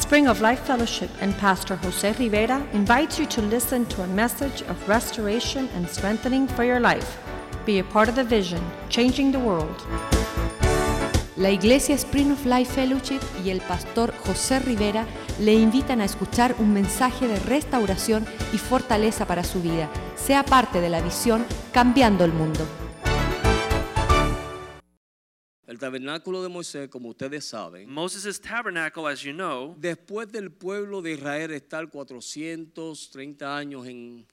Spring of Life Fellowship and Pastor Jose Rivera invites you to listen to a message of restoration and strengthening for your life. Be a part of the vision, changing the world. La Iglesia Spring of Life Fellowship y el pastor José Rivera le invitan a escuchar un mensaje de restauración y fortaleza para su vida. Sea parte de la visión Cambiando el Mundo. El tabernáculo de Moisés, como ustedes saben, Moses' tabernacle, as you know, después del pueblo de Israel estar 430 años en,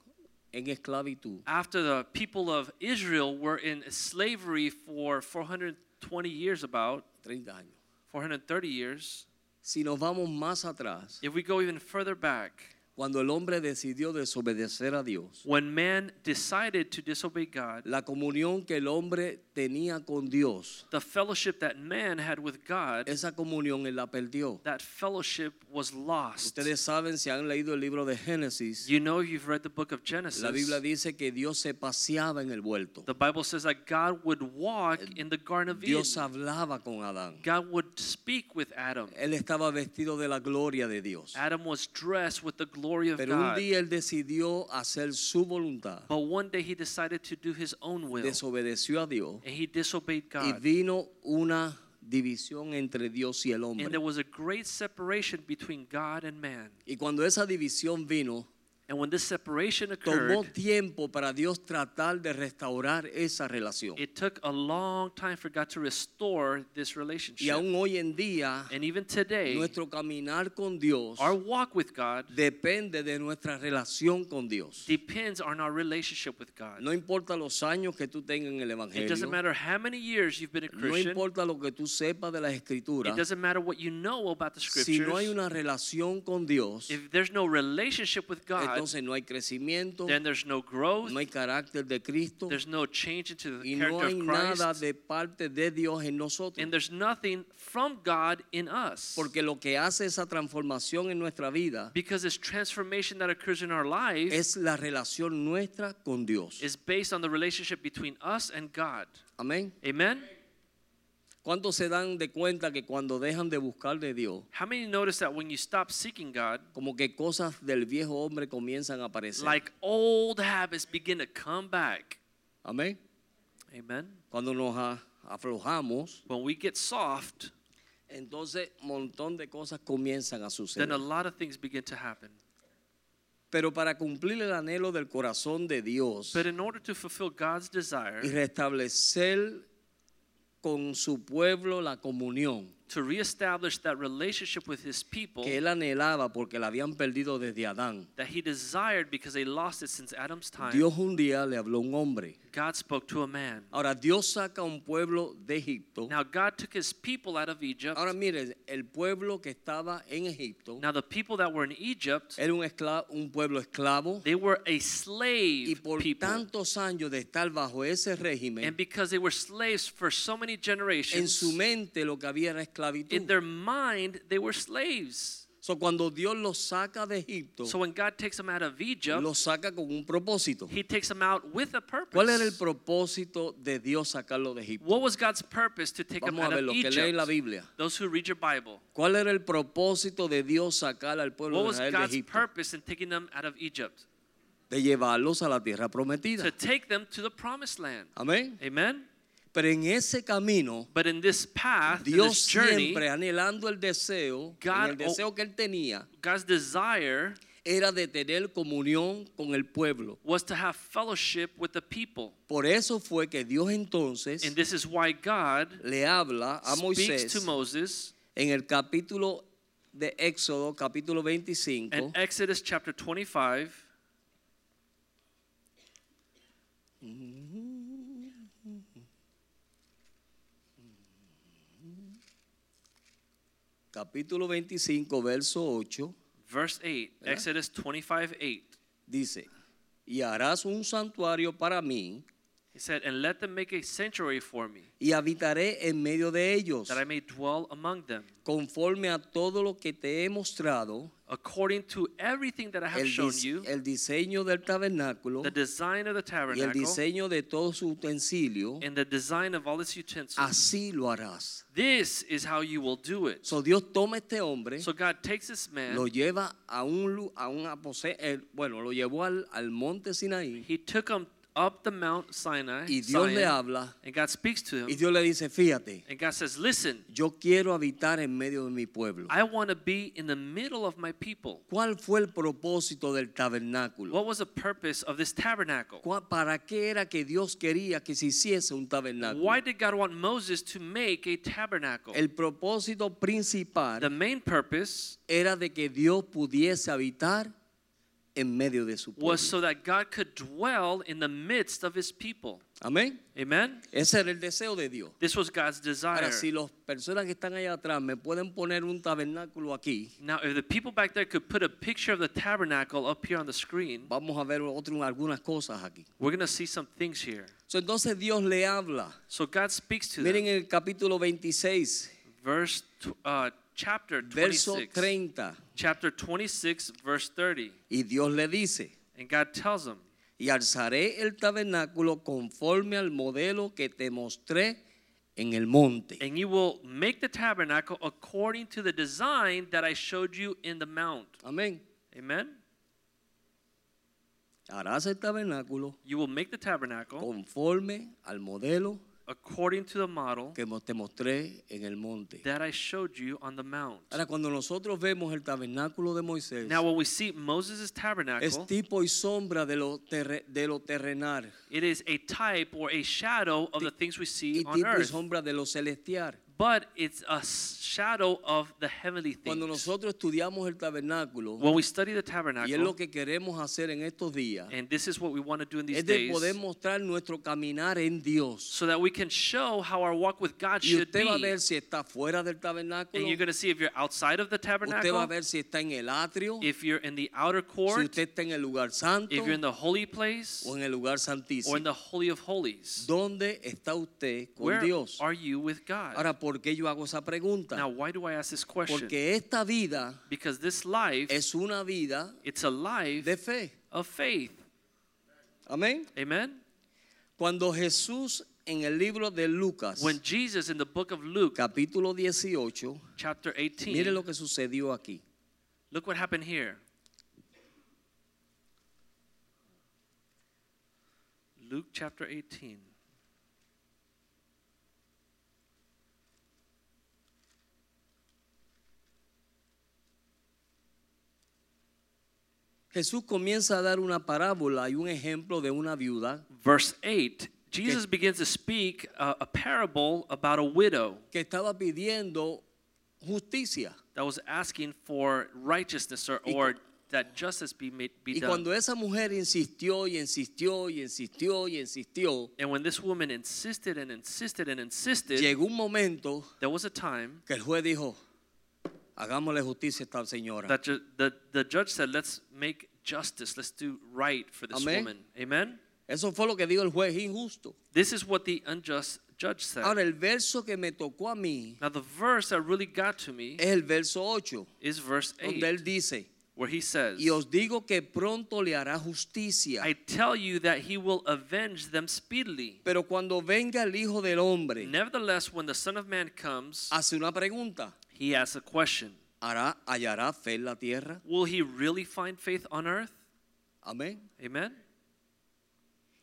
en esclavitud, after the people of Israel were in slavery for 420 years, about 30 años. 430 years, Si nos vamos más atrás, if we go even further back, cuando el hombre decidió desobedecer a Dios, when man decided to disobey God, la comunión que el hombre tenía con Dios, the fellowship that man had with God, esa comunión él la perdió. that fellowship was lost. Ustedes saben, si han leído el libro de Génesis, You know, you've read the book of Genesis. la Biblia dice que Dios se paseaba en el vuelto. The Bible says that God would walk in the Garden of Eden. Dios hablaba con Adán. God would speak with Adam. Él estaba vestido de la gloria de Dios. Adam was dressed with the glory of Pero un God. día él decidió hacer su voluntad, But one day he decided to do his own will. And desobedeció a Dios he disobeyed y God. vino una división entre Dios y el And hombre. there was a great separation between God and man. Y cuando esa división vino, And when this separation tomó occurred, tiempo para Dios tratar de restaurar esa relación. it took a long time for God to restore this Y relationship. aún hoy en día, And even today, nuestro caminar con Dios our walk with God depende de nuestra relación con Dios. depends on our relationship with God. No importa los años que tú tengas en el It doesn't Evangelio, matter how many years you've been a no Christian. importa lo que tú sepas de las It escrituras, doesn't matter what you know about the si no hay scriptures. una relación con Dios, If there's no relationship with God, entonces no hay crecimiento, then there's no growth. no hay carácter de Cristo There's no change into the y no character hay of nada Christ. de parte de Dios en nosotros. And there's nothing from God in us. Porque lo que hace esa transformación en nuestra vida Because this transformation that occurs in our life es la relación nuestra con Dios. is based on the relationship between us and God. Amén. Amen? ¿Cuántos se dan de cuenta que cuando dejan de buscar de Dios, How many notice that when you stop seeking God, como que cosas del viejo hombre comienzan a aparecer? like old habits begin to come back? Amén. Amen? Cuando nos a- aflojamos, When we get soft, entonces un montón de cosas comienzan a then a suceder. lot of things begin to happen. Pero para cumplir el anhelo del corazón de Dios, But in order to fulfill God's desire y restablecer con su pueblo la comunión to reestablish that relationship with his people que él anhelaba porque la habían perdido desde Adán. that he desired because they lost it since Adam's time, Dios un día le habló a un hombre. God spoke to a man. Ahora Dios saca a un pueblo de Egipto. Now God took his people out of Egypt. Ahora mire, el pueblo que estaba en Egipto Now the people that were in Egypt, era un, escla- un pueblo esclavo they were a y slave por people. tantos años de estar bajo ese And régimen, because they were slaves for so many en generations, su mente lo que había era in esclavitud. their mind they were slaves. So, cuando Dios los saca de Egipto, So when God takes them out of Egypt, los saca con un propósito. he takes them out with a purpose. ¿Cuál era el propósito de Dios sacarlo de Egipto? what was God's purpose to take them Vamos a out ver of lo que lee la Egypt? Biblia. Those who read your Bible. ¿Cuál era el propósito de Dios sacar al pueblo What de was Israel de God's Egipto? purpose in taking them out of Egypt? De llevarlos a la tierra prometida. To take them to the promised land. Amén. Amen? Pero en ese camino, But in this path, in Dios this journey, siempre anhelando el deseo, en God- el deseo que él tenía, God's desire era de tener comunión con el pueblo. was to have fellowship with the people. Por eso fue que Dios entonces And this is why God le habla a speaks Moisés to Moses en el capítulo de Éxodo, capítulo 25. in Exodus chapter 25. capítulo 25, verso 8, Verse 8, Yeah. Exodus 25, 8. dice, y harás un santuario para mí He said, And let them make a sanctuary for me, y habitaré en medio de ellos, that I may dwell among them, conforme a todo lo que te he mostrado, according to everything that I have el, shown dis- you, el diseño del tabernáculo the design of the y el tabernacle, diseño de todo su utensilio, and the design of all its utensils. así lo harás. This is how you will do it. So, Dios toma este hombre, So God takes this lo man, lleva a un, lu- a un apose- eh, bueno, lo llevó al, al monte Sinaí he took him up the Mount Sinai, y Dios Zion, le habla and God speaks to him, y Dios le dice, fíjate, and God says, Listen, yo quiero habitar en medio de mi pueblo. I want to be in the middle of my people. ¿Cuál fue el propósito del tabernáculo? What was the purpose of this tabernacle? ¿Cuá- ¿Para qué era que Dios quería que se hiciese un tabernáculo? Why did God want Moses to make a tabernacle? El propósito The principal main purpose era de que Dios pudiese habitar en medio de su was pueblo. so that God could dwell in the midst of his people. Amén. Amen? Ese era el deseo de Dios. This was God's desire. Ahora, si las personas que están allá atrás me pueden poner un tabernáculo aquí, Now, if the people back there could put a picture of the tabernacle up here on the screen, vamos a ver otro- algunas cosas aquí. we're going to see some things here. So, entonces Dios le habla. So God speaks to Miren them. el capítulo 26, Verse, tw- uh, chapter verso 26. 30. Chapter 26, verse 30. Y Dios le dice, And God tells them, y alzaré el tabernáculo conforme al modelo que te mostré en el monte. And you will make the tabernacle according to the design that I showed you in the mount. Amén. Amen? Harás el tabernáculo You will make the tabernacle conforme al modelo according to the model que mo- te mostré en el monte. that I showed you on the mount. Ahora, cuando nosotros vemos el tabernáculo de Moisés, Now, when we see Moses' es tabernacle, tipo y sombra de lo, terre- de lo terrenal it is a type or a shadow of the things we y see on tipo y earth, sombra de lo celestial. but it's a s- shadow of the heavenly Cuando things. nosotros estudiamos el tabernáculo, When we study y the es lo tabernacle, que queremos hacer en estos días, and this is what we want to do in these es de days, poder mostrar nuestro caminar en Dios. so that we can show how our walk with God Y should usted va a be. ver si está fuera del tabernáculo. And you're going to see if you're outside of the Usted va a tabernacle, ver si está en el atrio. if you're in the outer Si court, usted está en el lugar santo if you're in the holy place, o en el lugar santísimo. or in the holy of holies. ¿Dónde está usted con Where Dios? are you with God? Ahora, ¿por qué yo hago esa pregunta? Now, why do I ask this question? Porque esta vida Because this life, es una vida it's a life de fe. of faith. Amén. Amen? Cuando Jesús en el libro de Lucas, When Jesus in the book of Luke, capítulo 18, chapter mire 18, lo que sucedió aquí. look what happened here. Luke chapter 18. Jesús comienza a dar una parábola y un ejemplo de una viuda Verse 8, Jesus begins to speak uh, a parable about a widow. que estaba pidiendo justicia. that was asking for righteousness or, Y cu- or that justice be made, be Y done. cuando esa mujer insistió y insistió y insistió y insistió, and when this woman insisted and insisted and insisted, llegó un momento there was a time que el juez dijo, hagámosle justicia a esta señora. that ju- the, the judge said, "Let's make justice. Let's do right for this Amén. woman." Amen. Eso fue lo que dijo el juez injusto. This is what the unjust judge said. Ahora, el verso que me tocó a mí now the verse that really got to me es el verso 8, is verse eight, donde él dice, where he says, y os digo que pronto le hará justicia, "I tell you that he will avenge them speedily." pero cuando venga el Hijo del Hombre, Nevertheless, when the Son of Man comes, hace una pregunta, he asks a question. ¿hará, ¿hallará fe en la tierra? Will he really find faith on earth? Amén. Amen.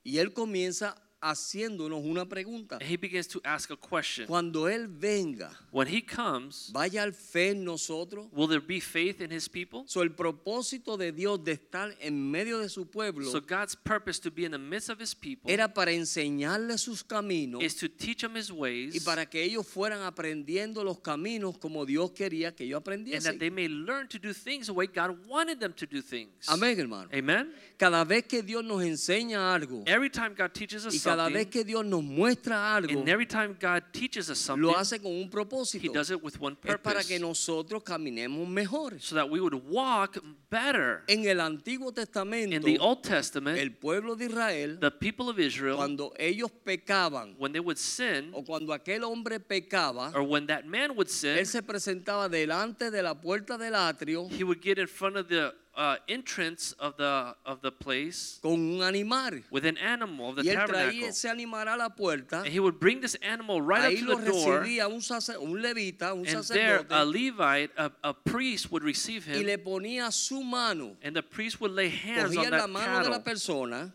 Y él comienza haciéndonos una pregunta. And he begins to ask a question. Cuando Él venga, When he comes, vaya al fe en nosotros. will there be faith in his people? So, el propósito de Dios de estar en medio de su pueblo So God's purpose to be in the midst of his people era para enseñarle sus caminos is to teach them his y ways para que ellos fueran aprendiendo los caminos como Dios quería que ellos and that aprendiesen. they may learn to do things the way God wanted them to do things. Amén, hermano. Amen. Cada vez que Dios nos enseña algo Every time God teaches us y cada vez something, que Dios nos muestra algo, and every time God teaches us something, lo hace con un He propósito. does it with one Es para purpose, que nosotros caminemos mejores. so that we would walk better. En el Antiguo In the Testamento, Old Testament, el pueblo de Israel, the people of Israel, cuando ellos pecaban when they would sin, o cuando aquel hombre pecaba, or when that man would sin, él se presentaba delante de la puerta del atrio he would get in front of the uh, entrance of the of the place con un animal. with an animal of the Y él traía tabernacle, ese animal a la puerta. and he would bring this animal right Ahí lo up to the door, recibía un, sacer- un levita, un and there a sacerdote, Levite, a, a priest, would receive y him, le ponía su mano. and the priest would lay hands Cogía on la that mano de la cattle. persona,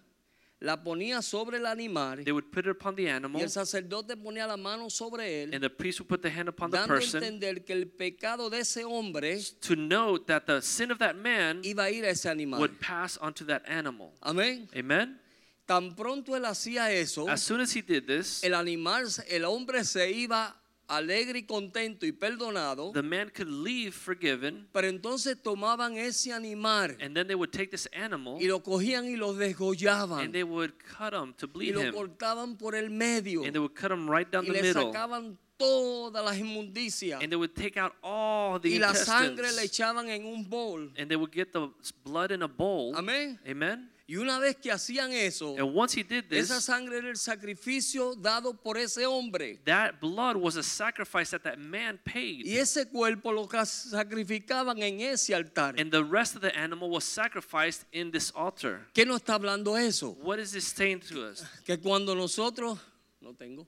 la ponía sobre el animal, They would put it upon the y animal, el sacerdote ponía la mano sobre él, and the priest would put the hand upon the dando a person entender que el pecado de ese hombre to note that the sin of that man iba a ir a ese animal. would pass onto that animal. Amén. Amen. Tan pronto él hacía eso, As soon as he did this, el animal, se- el hombre se iba alegre y contento y perdonado, the man could leave forgiven, pero entonces tomaban ese animal and then they would take this animal y lo cogían y lo and desgollaban they would cut him to y bleed lo him, cortaban por el medio and they would cut him right down y the le middle, sacaban todas las inmundicias and they would take out all the y la sangre le intestines, echaban en un bol. and they would get the blood in a bowl. Amén. Amen. Y una vez que hacían eso, And once he did esa this, sangre era el sacrificio dado por ese hombre. that blood was a sacrifice that that man Y paid, ese cuerpo lo ca- sacrificaban en ese altar. and the rest of the animal was sacrificed in this altar. ¿Qué nos está hablando eso? What is this saying to us? Que cuando nosotros, no tengo,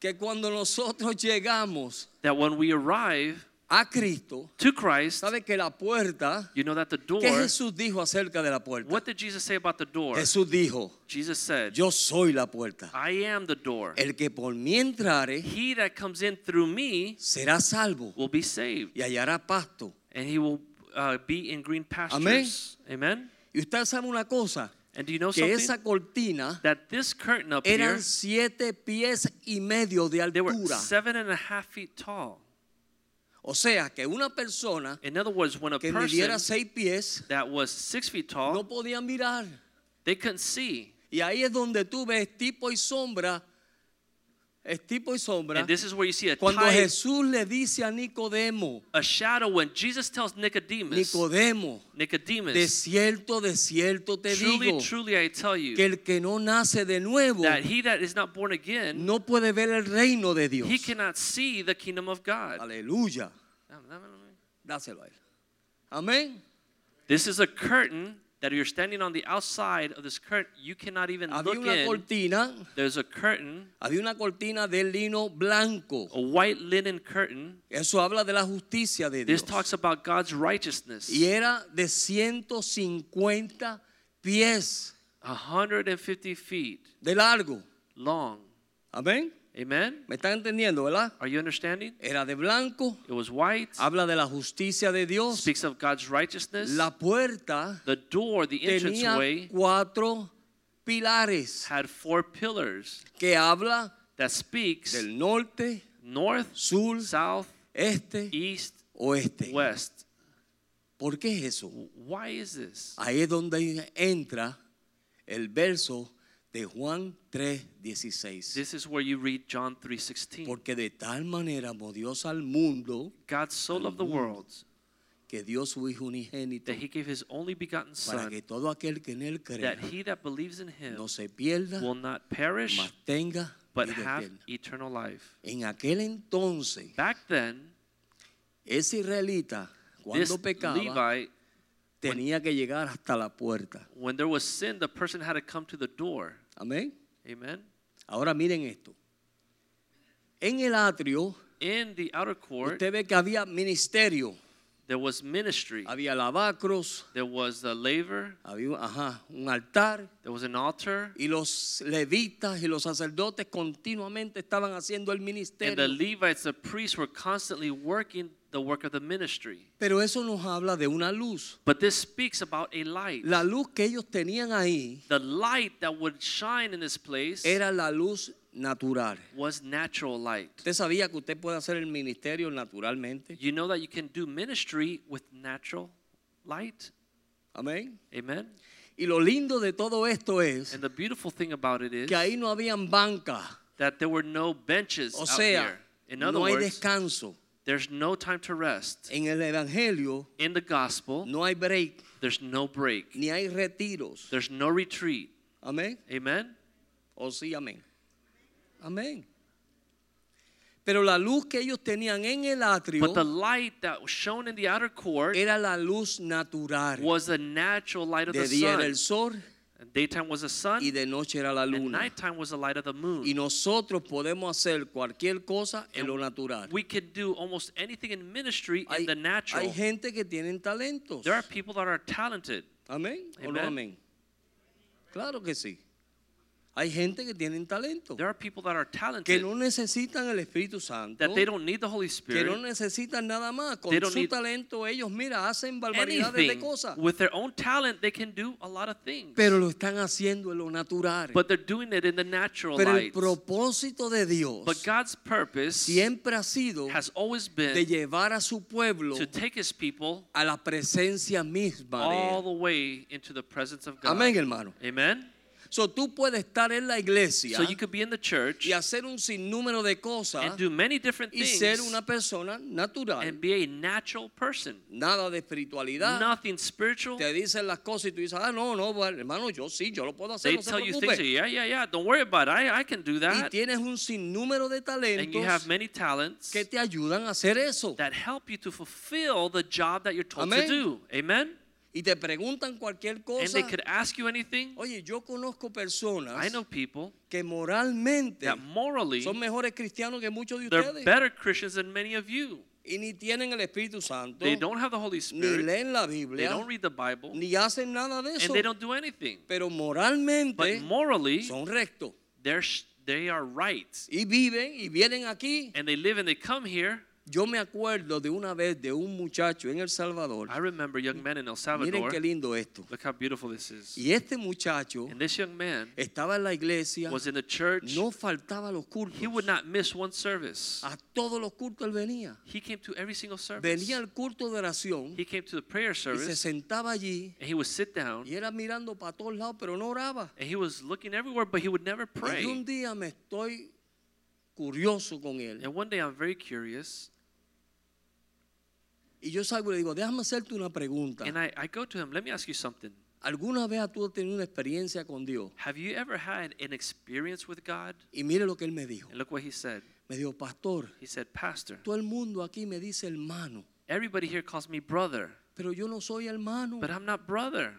que cuando nosotros llegamos That when we arrive a Cristo, to Christ, sabe que la puerta, you know that the door. ¿qué Jesús dijo acerca de la puerta? What did Jesus say about the door? Jesús dijo, Jesus said, yo soy la puerta. I am the door. El que por mí entrare He that comes in through me será salvo will be saved, y hallará pasto. and he will uh, be in green pastures. Amen. Y usted sabe una cosa, And do you know que something? esa cortina that this curtain up here, eran siete pies y medio de they were altura. seven and a half feet tall. O sea, que una persona In other words, when a que person Oh. midiera seis pies that was six feet tall, no podía mirar. they couldn't see. Y ahí es donde tú ves tipo y sombra, es tipo y sombra. And this is where you see a Cuando type, Jesús le dice a Nicodemo, a shadow when Jesus tells Nicodemus, Nicodemo, de Nicodemus, cierto, de cierto te truly, digo truly I tell you, que el que no nace de nuevo that he that is not born again no puede ver el reino de Dios. he cannot see the kingdom of God. Aleluya. Dáselo a él. Amén. This is a curtain that you're standing on the outside of this curtain. You cannot even Había look una in. cortina, There's a curtain, había una cortina de lino blanco. a white linen curtain. Eso habla de la justicia de This Dios. talks about God's righteousness. Y era de 150 pies 150 feet de largo. long. Amén. Amen? ¿Me están entendiendo, verdad? Are you understanding? Era de blanco. It was white. Habla de la justicia de Dios. Speaks of God's righteousness. La puerta The door, the tenía entranceway, cuatro pilares had four pillars que habla that speaks del norte, north, sur, south, este, east, oeste. west. ¿Por qué es eso? Why is this? Ahí es donde entra el verso de Juan 3:16. This is where you read John 3:16. Porque de tal manera amó Dios al mundo God so loved the world que dio su Hijo unigénito that he gave his only begotten para que son todo aquel que en él that crea he that believes in him no se pierda, will not perish mas tenga but vida have eterna. eternal life. En aquel entonces, Back then, ese israelita, this cuando pecaba, Levite, tenía que llegar hasta la puerta. when there was sin, the person had to come to the door. Amén. Amen. Ahora miren esto. En el atrio, In the outer court, usted ve que había ministerio. there was ministry. Había lavacros, There was a laver. había un- ajá, un altar. There was an altar. Y los levitas y los sacerdotes continuamente estaban haciendo el And the ministerio. Levites, the priests, were constantly working the work of the ministry. Pero eso nos habla de una luz. But this speaks about a light. La luz que ellos tenían ahí The light that would shine in this place era la luz natural. was natural light. Usted sabía que usted puede hacer el ministerio naturalmente. You know that you can do ministry with natural light? Amén. Amen. Y lo lindo de todo esto es And the beautiful thing about it is que ahí no habían bancas, that there were no benches o out sea, there. In other no hay words, descanso. there's no time to rest. En el Evangelio In the gospel, no hay break, there's no break. ni hay retiros. There's no retreat. Amén. Amen? O Oh, sí, amén. Amén. Pero la luz que ellos tenían en el atrio But the light that was shown in the outer court era la luz natural. was the natural light of De the día sun. era el sol And daytime was the y sun, de noche era la and luna. nighttime was the light of the Y moon. nosotros podemos hacer cualquier cosa en lo natural. We can do almost anything in ministry in Hay, the hay natural. gente que tienen talentos. There are people that are talented. Amén. ¿O no Amen. amén? Claro que sí. Hay gente que tienen talento. There are people that are Que talented no necesitan el Espíritu Santo. that they don't need the Holy que Spirit. no necesitan nada más. Con They don't su need talento ellos, mira, hacen barbaridades de anything cosas. with their own talent they can do a lot of things Pero lo están haciendo en lo natural. but they're doing it in the natural Pero el light propósito de Dios but god's purpose siempre ha sido has always de been llevar a su pueblo to take his people a la presencia misma de all Él. the way into the presence of god Amén, hermano. amen So, tú puedes estar en la iglesia so you could be in the church y hacer un sinnúmero de and cosas do many different y things ser una persona and natural. be a natural person Nada de espiritualidad. nothing spiritual Te dicen las cosas y tú dices, ah, no, no, bueno, hermano, yo sí, yo lo puedo hacer. they no se tell you preocupe". things like, yeah yeah yeah don't worry about it i, I can do y that tienes un sinnúmero de and you have talentos many talents que te ayudan a hacer eso. that help you to fulfill the job that you're told Amén. to do. Amen. Y te preguntan cualquier And cosa. they could ask you anything. Oye, yo conozco I personas know people que moralmente that morally son mejores cristianos que muchos de they're ustedes better Christians than many of you. y ni tienen el Espíritu Santo, They don't have the Holy ni Spirit. leen la They Biblia, don't read the Bible, ni hacen nada de eso, and they don't do anything. pero moralmente But morally, son rectos they're sh- they are right, y viven y vienen aquí. and they live and they come here. Yo me acuerdo de una vez de un muchacho en El Salvador. I remember young men in El Miren Salvador. qué lindo esto. Look how beautiful this is. Y este muchacho And this young man estaba en la iglesia, was in the church. no Ah. faltaba a los cultos. He would not miss one service. A todos los cultos él venía. He came to every single service. Venía al culto de oración He came to the prayer y se service sentaba allí and he would sit down y era mirando para todos lados, pero no oraba. and he was looking everywhere, but he would never Y un pray. día me estoy curioso con él. And one day I'm very curious Y yo salgo y le digo, déjame hacerte una pregunta. and I, I go to him, let me ask you something. ¿Alguna vez tú has tenido una experiencia con Dios? Have you ever had an experience with God? Y mire lo que él me dijo. And look what he said. Me dijo, pastor, He said, Pastor, todo el mundo aquí me dice hermano, everybody here calls me brother, pero yo no soy hermano. but I'm not brother.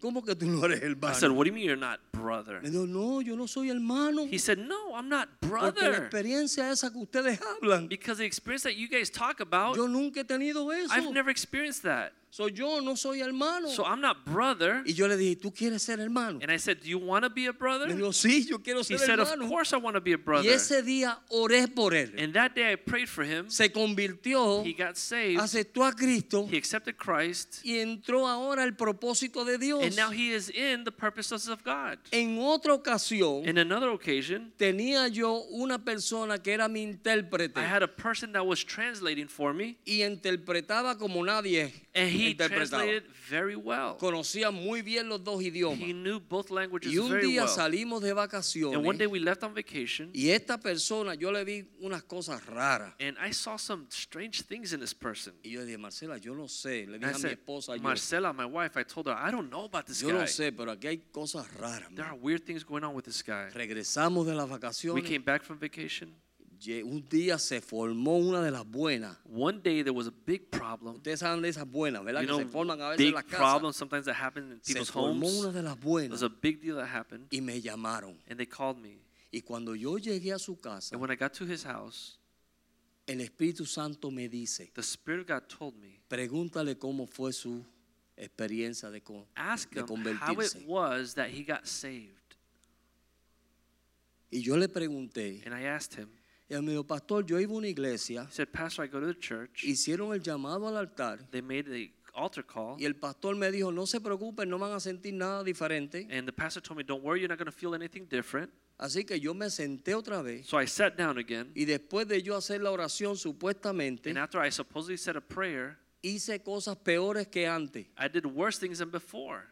¿Cómo que tú no eres I said, hermano? What do you mean you're not brother? Me dijo, no, yo no soy hermano. He said, No, I'm not Porque la brother. experiencia esa que ustedes hablan, Because the experience that you guys talk about, yo nunca he tenido eso. I've never experienced that. Soy yo, no soy hermano. So I'm not brother. y yo le dije, ¿tú quieres ser hermano? And I said, Do you want to be a Me brother? dijo, sí, yo quiero ser He said, Of hermano. course I want to be a Y brother. ese día oré por él. And that day I prayed for him. Se convirtió, He got saved. aceptó a Cristo He accepted Christ. y entró ahora el propósito de Dios. And now he is in the purposes of God. en otra ocasión, In another occasion, tenía yo una persona que era mi intérprete I had a person that was translating for me, y interpretaba como nadie and he interpretaba. translated very well. Conocía muy bien los dos He idiomas. knew both languages Y un very día well. salimos de And one day vacaciones we left on vacation, y esta persona yo le vi unas cosas raras. and I saw some strange things in this person. Y yo le dije, Marcela, yo no sé. Le And dije I a mi said, esposa, yo, Marcela, my wife, I told her, I don't know about this yo no guy. sé, pero aquí hay cosas raras. There man". are weird things going on with this guy. Regresamos de las We vacaciones. came back from vacation. lle- Un día se formó una de las buenas. One day there was a big problem. Ustedes saben de esas buenas, ¿verdad? You que know, se forman a veces en big las casas. problems sometimes that happen in Se people's formó una homes. de las It was a buenas big deal that happened, y me llamaron. and they called me. Y cuando yo llegué a su casa, And when I got to his house, el Espíritu Santo me dice, the Spirit of God told me, pregúntale cómo fue su experiencia de, con- ask de him how it convertirse. was that he got saved. Y yo le pregunté, And I asked him. y él me dijo, pastor, yo iba a una iglesia, He said, Pastor, I go to the church. hicieron el llamado al altar They made the altar call, y el pastor me dijo, no se preocupen, no van a sentir nada diferente. and the pastor told me, Don't worry, you're not going to feel anything different. Así que yo me senté otra vez So I sat down again, y después de yo hacer la oración supuestamente, and after I supposedly said a prayer, hice cosas peores que antes. I did worse things than before.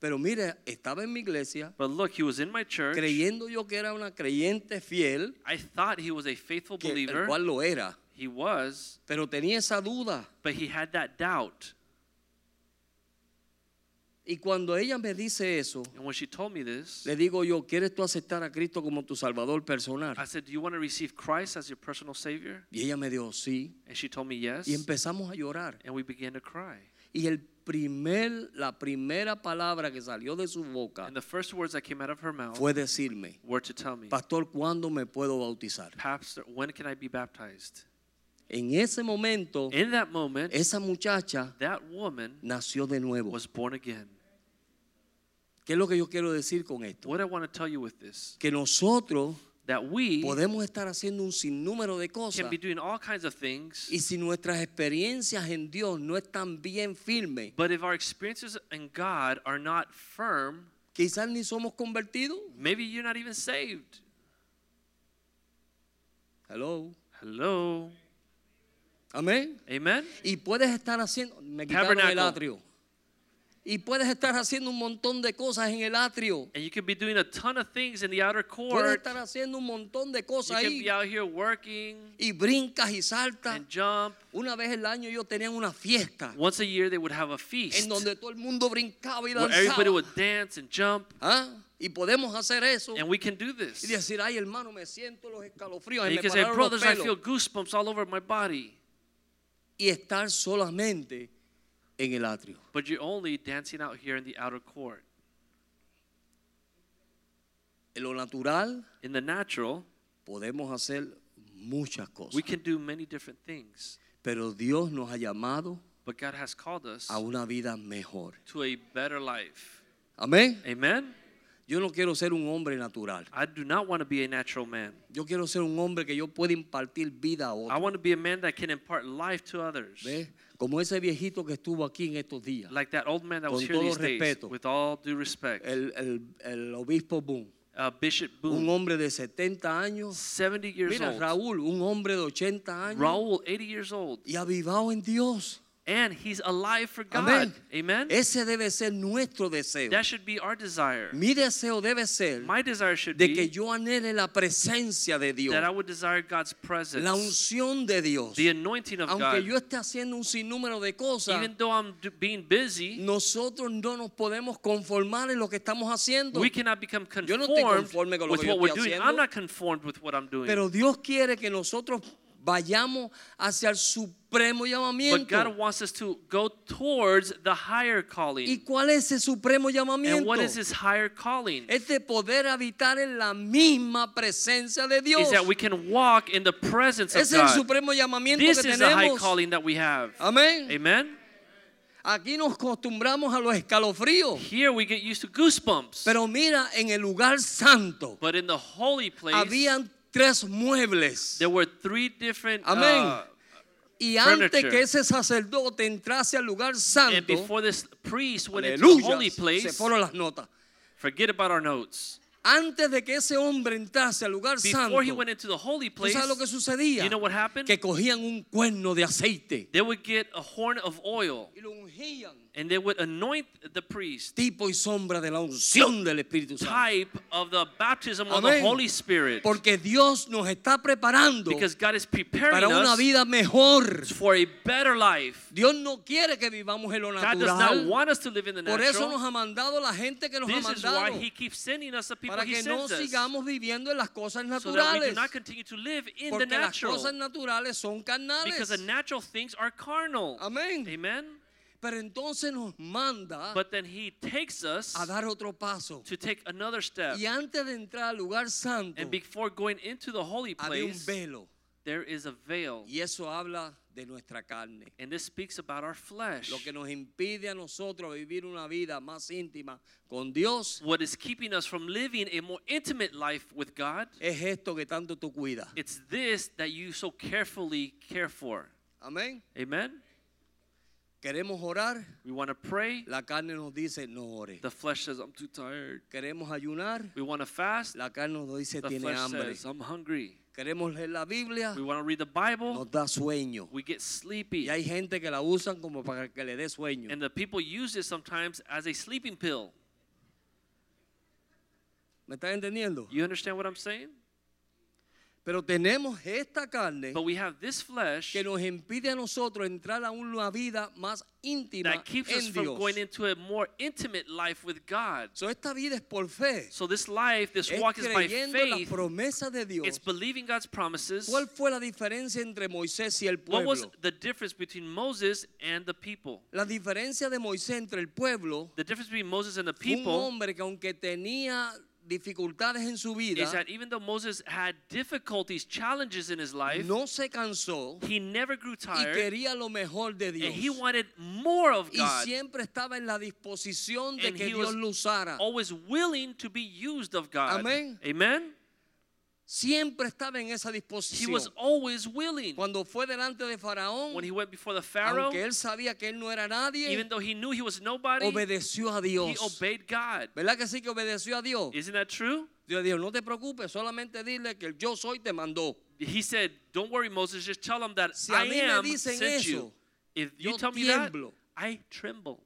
Pero mire, estaba en mi iglesia But look, he was in my church. creyendo yo que era una creyente fiel, I thought he was a faithful que, el believer. cual lo era, He was, pero tenía esa duda. but he had that doubt. Y cuando ella me dice eso, And when she told me this, le digo yo, ¿quieres tú aceptar a Cristo como tu Salvador personal? I said, Do you want to receive Christ as your personal Savior? Y ella me dijo, sí. And she told me yes. Y empezamos a llorar. And we began to cry. Y el primer, la primera palabra que salió de su boca And the first words that came out of her mouth fue decirme, were to tell me, Pastor, ¿cuándo me puedo bautizar? Pastor, when can I be baptized? En ese momento, In that moment, esa muchacha that woman nació de nuevo. was born again. ¿Qué es lo que yo quiero decir con esto? What I want to tell you with this, Que nosotros that we podemos estar haciendo un sinnúmero de can cosas be doing all kinds of things, y si nuestras experiencias en Dios no están bien firmes, but if our experiences in God are not firm, quizás ni somos convertidos. maybe you're not even saved. Hello. Hello. Amén. Amen. Y puedes estar haciendo, me quitaron el Tabernacle. atrio. Y puedes estar haciendo un montón de cosas en el atrio. And you could be doing a ton of things in the outer Puedes court. estar haciendo un montón de You cosas could ahí. Ah. be out here working Y brincas y saltas. and jump. Una vez el año yo tenía una fiesta Once a year they would have a feast en donde todo el mundo brincaba y where everybody danzaba. would dance and jump. ¿Ah? Y podemos hacer eso. And we can do this. Y decir, ay hermano, me siento los escalofríos. And Y, you me can say, pararon los brothers, I feel pelos". goosebumps all over my body. y estar solamente en el atrio. But you're only dancing out here in the outer court. En lo natural In the natural, podemos hacer muchas cosas. we can do many different things. Pero Dios nos ha llamado But God has called us a una vida mejor. to a better life. Amén. Amen? Yo no quiero ser un hombre natural. I do not want to be a natural man. Yo quiero ser un hombre que yo pueda impartir vida a I otros. want to be a man that can impart life to others. ¿Ves? Como ese viejito que estuvo aquí en estos días. Like that old man that was Con here todo these days, respeto. with all due respect, El, el- el obispo Boone. uh, Bishop Un Boone, hombre de 70 años. 70 years Mira, old, Raúl, un hombre de 80 años. Raul, 80 years old, Y avivado en Dios. and he's alive for God. Amén. Amen? Ese debe ser nuestro deseo. That should be our desire. Mi deseo debe ser My desire should de que be yo anhele la presencia de Dios. that I would desire God's presence, La unción de Dios. the anointing of Aunque God. yo esté haciendo un sinnúmero de cosas, Even though I'm d- being busy, nosotros no nos podemos conformar en lo que estamos haciendo. we cannot become Yo no conformed estoy conforme con lo with que yo what we're estoy doing. haciendo. I'm not conformed with what I'm doing. Pero Dios quiere que nosotros vayamos hacia el supremo But God llamamiento. wants us to go towards the higher ¿Y calling. cuál es ese supremo And llamamiento? what is his higher calling? Es de poder habitar en la misma presencia de Dios. Is that we can walk in the presence of Ese es el God. supremo llamamiento This que is the high tenemos. calling that we have. Amén. Amen. Aquí nos acostumbramos a los escalofríos. Here we get used to goosebumps. Pero mira, en el lugar santo But in the holy place, habían tres muebles. there were three different. Amén. uh, Y antes furniture. que ese sacerdote entrase al lugar and santo, before this priest went into the aleluya, holy se place, fueron las notas. forget about our notes. Antes de que ese hombre entrase al lugar santo, Before he went into the holy ¿tú place, sabes lo que sucedía? you know what happened? Que cogían un cuerno de aceite they would get a horn of oil y lo ungían. and they would anoint the priest. Tipo y sombra de la unción del Espíritu Santo. type of the baptism of the Amén. Holy Spirit. Porque Dios nos está preparando because God is preparing para una us vida mejor. for a better life. Dios no quiere que vivamos en lo God does not natural. want us to live in the Por eso nos natural. ha mandado la gente que nos ha This is why mandado He keeps sending us the people para He que no sends us sigamos viviendo en las cosas so that we do naturales. not continue to live in the Porque las natural cosas naturales son because carnales. the natural things are carnal. Amén. Amen. Pero entonces nos manda But then He takes us a dar otro paso. to take another step. Y antes de entrar al lugar santo And before going into the holy había un place, velo. there is a veil. Y eso habla de nuestra carne. And this speaks about our flesh. Lo que nos impide a nosotros vivir una vida más íntima con Dios what is keeping us from living a more intimate life with God, es esto que tanto tú cuidas. it's this that you so carefully care for. Amén. Amen? Queremos orar. We want to pray. La carne nos dice no ores. The flesh says, I'm too tired. Queremos ayunar. We want to fast. La carne nos dice The tiene flesh hambre. says, I'm hungry. Queremos leer la Biblia, We want to read the Bible, nos da sueño. we get Y sleepy. hay gente que la usan como para que le dé sueño. And the people use it sometimes as a sleeping pill. ¿Me están entendiendo? You understand what I'm saying? Pero tenemos esta carne But we have this flesh que nos impide a nosotros entrar a una vida más íntima that keeps us en from going Dios. into a more intimate life with God. So, esta vida es por fe. So this life, this Es walk is by creyendo las faith. promesas de Dios. It's believing God's promises. ¿Cuál fue la diferencia entre Moisés y el What was pueblo? the difference between Moses and the people? La diferencia de Moisés entre el pueblo, The difference between Moses and the fue un people hombre que aunque tenía dificultades en su vida, is that even though Moses had difficulties, challenges in his life, no se cansó he never grew y tired quería lo mejor de and he Dios. wanted more of Y God. siempre estaba en la disposición de And que he Dios was lo usara. always willing to be used of God. Amén. Amen. Siempre estaba en esa He was disposición. always willing. Cuando fue delante de Faraón, When he went before the Pharaoh, aunque él sabía que él no era nadie, even though he knew he was nobody, obedeció a he Dios. obeyed God. ¿Verdad que sí que obedeció a Dios? Isn't that true? Dios dijo, no te preocupes, solamente dile que el yo soy te mandó. He said, "Don't worry, Moses. Just tell them that Si a I mí me am dicen sent you. eso, If yo you tell me that, tiemblo." I tremble."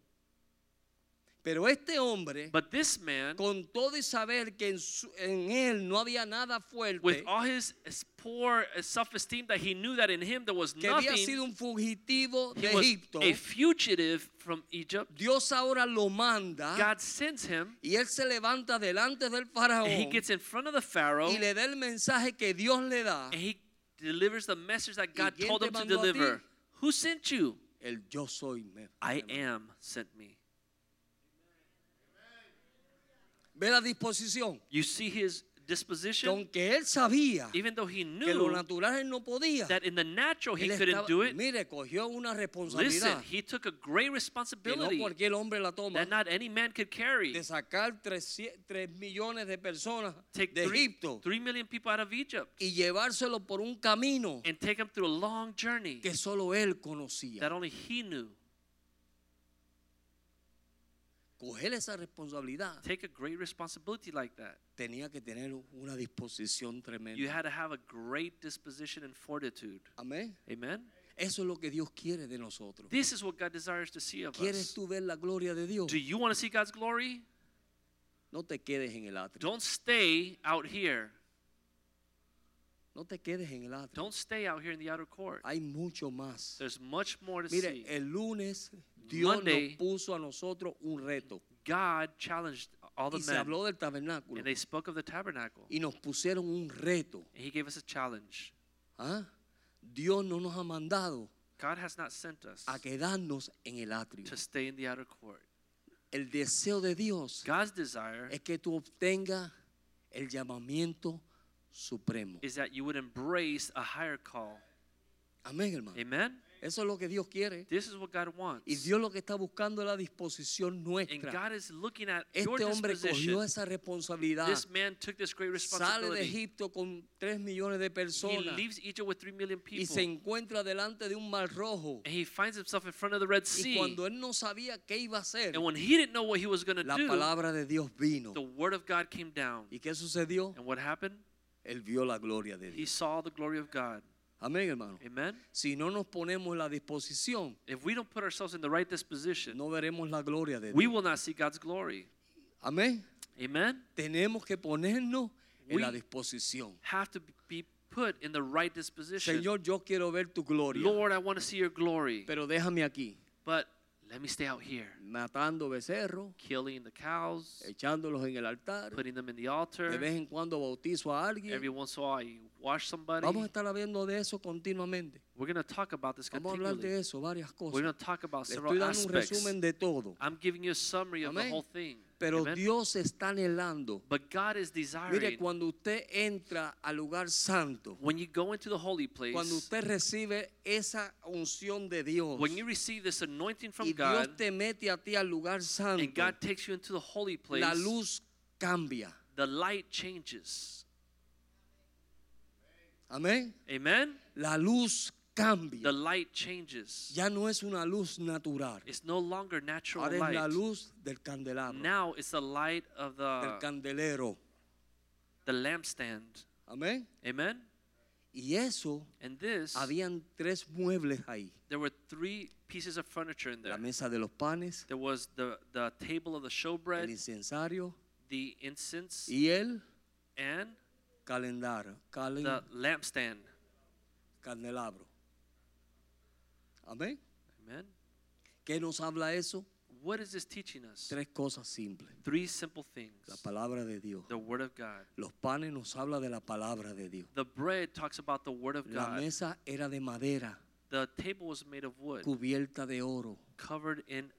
Pero este hombre, But this man, con todo y saber que en, su- en él no había nada fuerte, with all his poor eh, self-esteem, that he knew that in him there was que había nothing. sido un fugitivo He de was Egipto, a fugitive from Egypt. Dios ahora lo manda God sends him, y él se levanta delante del and he faraón gets in front of the Pharaoh, y le da el mensaje que Dios le da, and he delivers the message that God quién told te him to mandó a ti? deliver. Who sent you? el yo soy. me- I am sent me. Ve la disposición. You see his Que disposition. aunque él sabía Even though he que lo knew natural él no podía, that in the natural he él couldn't estaba- do it, mire, cogió una Listen, responsabilidad he took a great que no responsibility cualquier hombre la toma. that not any man could carry. de sacar 3, millones de personas Take de three, Egipto three million people out of Egypt y llevárselo por un camino and take them through a long journey que solo él conocía. that only he knew. Coger esa responsabilidad Take a great responsibility like that. tenía que tener una disposición You tremenda. had to have a great disposition and fortitude. Amén. Amen. Eso es lo que Dios quiere de nosotros. This is what God desires to see of ¿Quieres us. tú ver la gloria de Dios? Do you want to see God's glory? No te quedes en el atrio. Don't stay out here. No te quedes en el atrio. Don't stay out here in the outer court. Hay mucho más. There's much more to see. Mire, eh, el lunes Dios Monday- nos puso a nosotros un reto God challenged all the y se habló men, del tabernáculo and they spoke of the tabernacle. y nos pusieron un reto. And he gave us a challenge. ¿Ah? Dios no nos ha mandado God has not sent us a quedarnos en el atrio. to stay in the outer court. El deseo de Dios God's desire es que tú obtengas el llamamiento supremo. is that you would embrace a higher call. Amén, hermano. Amen? Eso es lo que Dios quiere. This is what God wants. Y Dios lo que está buscando es la disposición and nuestra. God is looking at your Este hombre cogió disposition. esa responsabilidad. This man took this great Sale de responsibility. Egipto con 3 millones de He personas leaves Egypt with three million y people. se encuentra delante de un mar rojo. and he finds himself in front of the Red Y Sea. cuando él no sabía qué iba a hacer, And when he didn't know what he was going to la do, palabra de Dios vino. the word of God came down. ¿Y qué sucedió? And what happened? Él vio la gloria de He Dios. saw the glory of God. Amén, hermano. Amen? Si no nos ponemos la disposición, If we don't put ourselves in the right disposition, no veremos la gloria de we Dios. will not see God's glory. Amén. Amen. Tenemos que ponernos en We- la disposición. Have to be put in the right disposition. Señor, yo quiero ver tu gloria, Lord, I want to see your glory, pero déjame aquí, but let me stay out here, matando becerros, killing the cows, echándolos en el altar, putting them in the de altar. vez en cuando bautizo a Every alguien. once in a while, you wash somebody. Vamos a estar hablando de eso continuamente. We're going to talk about this Vamos a hablar de continually. eso, varias We're cosas. going to talk about Le estoy several dando un aspects. resumen de todo, I'm giving you a summary of Amén. the whole thing. pero Amen. Dios está anhelando. But God is Mire, desiring cuando usted entra al lugar santo, when you go into the holy Cuando place, usted recibe esa unción de Dios when you receive this anointing y from God, Dios te mete a ti al lugar and santo, God takes you into the holy place, la luz cambia. the light changes. Amén. Amen? La luz cambia. The light changes. Ya no es una luz natural. It's no longer natural Ahora es la light. luz del candelabro, Now uh, it's the light of del the, candelero. the lampstand. Amén. Amen? Y eso, And this, habían tres muebles ahí. there were three pieces of furniture in there. La mesa de los panes, There was the, the table of the el showbread, incensario the incense, y el and calendario, calen- the lampstand. candelabro. Amén. Amen. ¿Qué nos habla eso? What is this teaching us? Tres cosas simples. Three simple La things. palabra de Dios. The Word of God. Los panes nos habla de la palabra de Dios. The bread talks about the Word of La God. mesa era de madera, The table was made of wood, cubierta de oro. covered in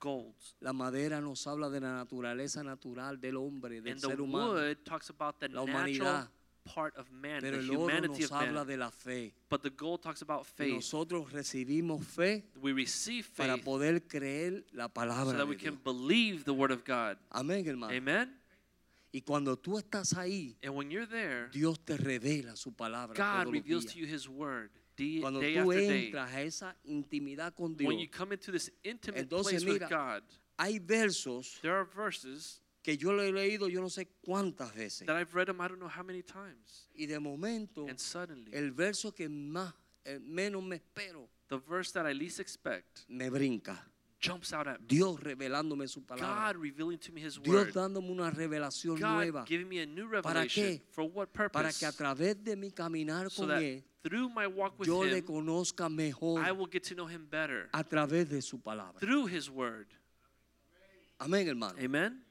gold. La madera nos habla de la naturaleza natural del hombre, del And the ser humano. wood talks about the La natural humanidad. part of man, Pero the el oro humanity nos of habla man. de la fe. But the gold talks about Y faith. Nosotros recibimos fe We receive para faith poder creer la so palabra de that we can Dios. believe the Word of God. Amén, hermano. Amen? Y cuando tú estás ahí, And when you're there, Dios te revela su palabra God todos los reveals días. to you His Word di- Cuando day tú after day. entras a esa intimidad con Dios, When you come into this intimate Entonces, place mira, with God, hay versos there are verses que yo lo he leído yo no sé cuántas veces. that I've read them I don't know how many times. Y de momento, And suddenly, el verso que más, eh, menos me espero, the verse that I least expect me brinca. jumps out at me. Dios revelándome su God palabra. revealing to me His Dios Word. dándome una revelación nueva God giving me a new ¿Para revelation. qué? For what para purpose? que a través de mi caminar So con that Él, through my walk with yo le Ah. Him, conozca I mejor will get to know Him better a través de su palabra. through His Word. Amén, hermano. Amen?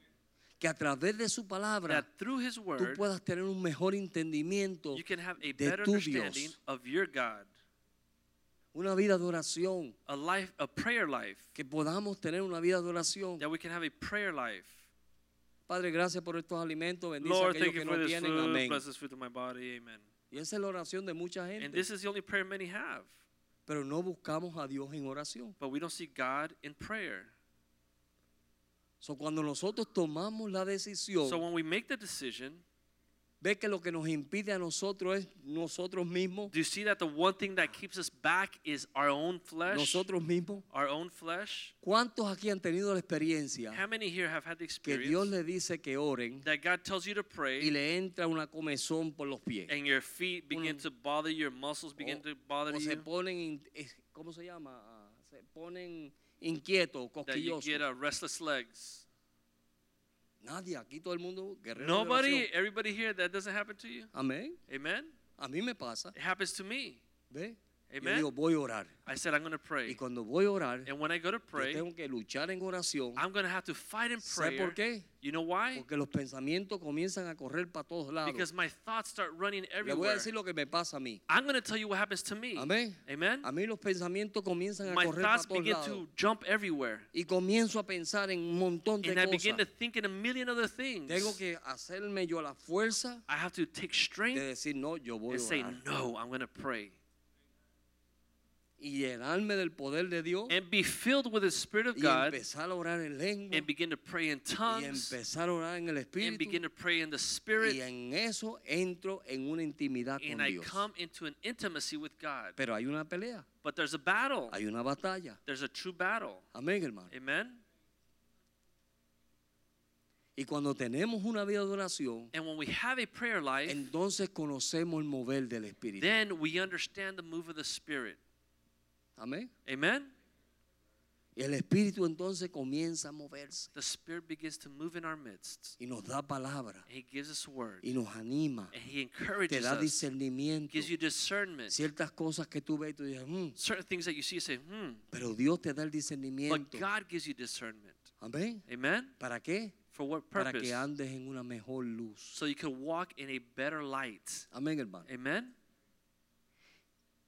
Que a través de su That palabra through His tú Word, puedas tener un mejor entendimiento you can have a de better tu understanding Dios. of your God. Una vida de oración. A life, a prayer life. Que podamos tener una vida de oración. That we can have a prayer life. Padre, gracias por estos alimentos. Bendice a Lord, aquellos thank you que for no this tienen. food. Amén. Bless this food to my body. Amen. Y esa es la oración de mucha And gente. this is the only prayer many have. Pero no buscamos a Dios en oración. But we don't see God in prayer. So, cuando nosotros tomamos la decisión, So when we make the decision, ve que lo que nos impide a nosotros es nosotros mismos, do you see that the one thing that keeps us back is our own flesh? nosotros mismos. Our own flesh? ¿Cuántos aquí han tenido la experiencia How many here have had the que Dios experience le dice que oren that God tells you to y pray le entra una comezón por los pies? and your feet begin Un- to bother you, your muscles begin O- to bother o se you? ponen, in- es- ¿cómo se llama? Ah, Se ponen inquietos, That you cosquillosos. get uh, restless legs. Nadie, aquí todo el mundo guerrero de Nobody, oración. everybody here, that doesn't happen to you? Amén. Amen? A mí me pasa. It happens to me. ¿Ve? Yo Amen. digo, voy a orar. I said, I'm going to Y pray. cuando voy a orar, yo And when I go to pray, tengo que luchar en oración I'm going to have to fight in ¿Sabe prayer. por qué? You know why? porque los pensamientos comienzan a correr para todos lados. Because my thoughts start running Le voy a everywhere. decir lo que me pasa a mí. I'm going to tell you what happens to me. Amén. Amen. A mí los pensamientos comienzan a My correr para thoughts todos begin lados. to jump everywhere. Y comienzo a pensar en un montón de And I begin to cosas. think in a million other things. Tengo que hacerme yo la fuerza I have to de take strength decir, no, yo voy a and say, orar. No, I'm going to pray. Y llenarme del poder de Dios And be filled with the Spirit of y God empezar a orar en lengua and begin to pray in y tongues empezar a orar en el and begin Espíritu. to pray in the Spirit. Y en eso entro en una intimidad con And I Dios. come into an intimacy with God. Pero hay una pelea, But there's a battle, hay una batalla. there's a true battle. Amén, hermano. Amen. Y cuando tenemos una vida de oración, And when we have a prayer life, entonces conocemos el mover del Espíritu. then we understand the move of the Spirit. Amén. Amen? Y el Espíritu entonces comienza a moverse The Spirit begins to move in our midst. y nos da palabra And He gives us word. y nos anima, And He te encourages da us. discernimiento. Gives you discernment. Ciertas cosas que tú ves y tú dices, "Mm", Certain things that you see, you say, hmm. pero Dios te da el But discernimiento. God gives you discernment. Amén. Amen? ¿Para qué? For what Para purpose? que andes en una mejor luz. So you can walk in a better light. Amén, hermano. Amen?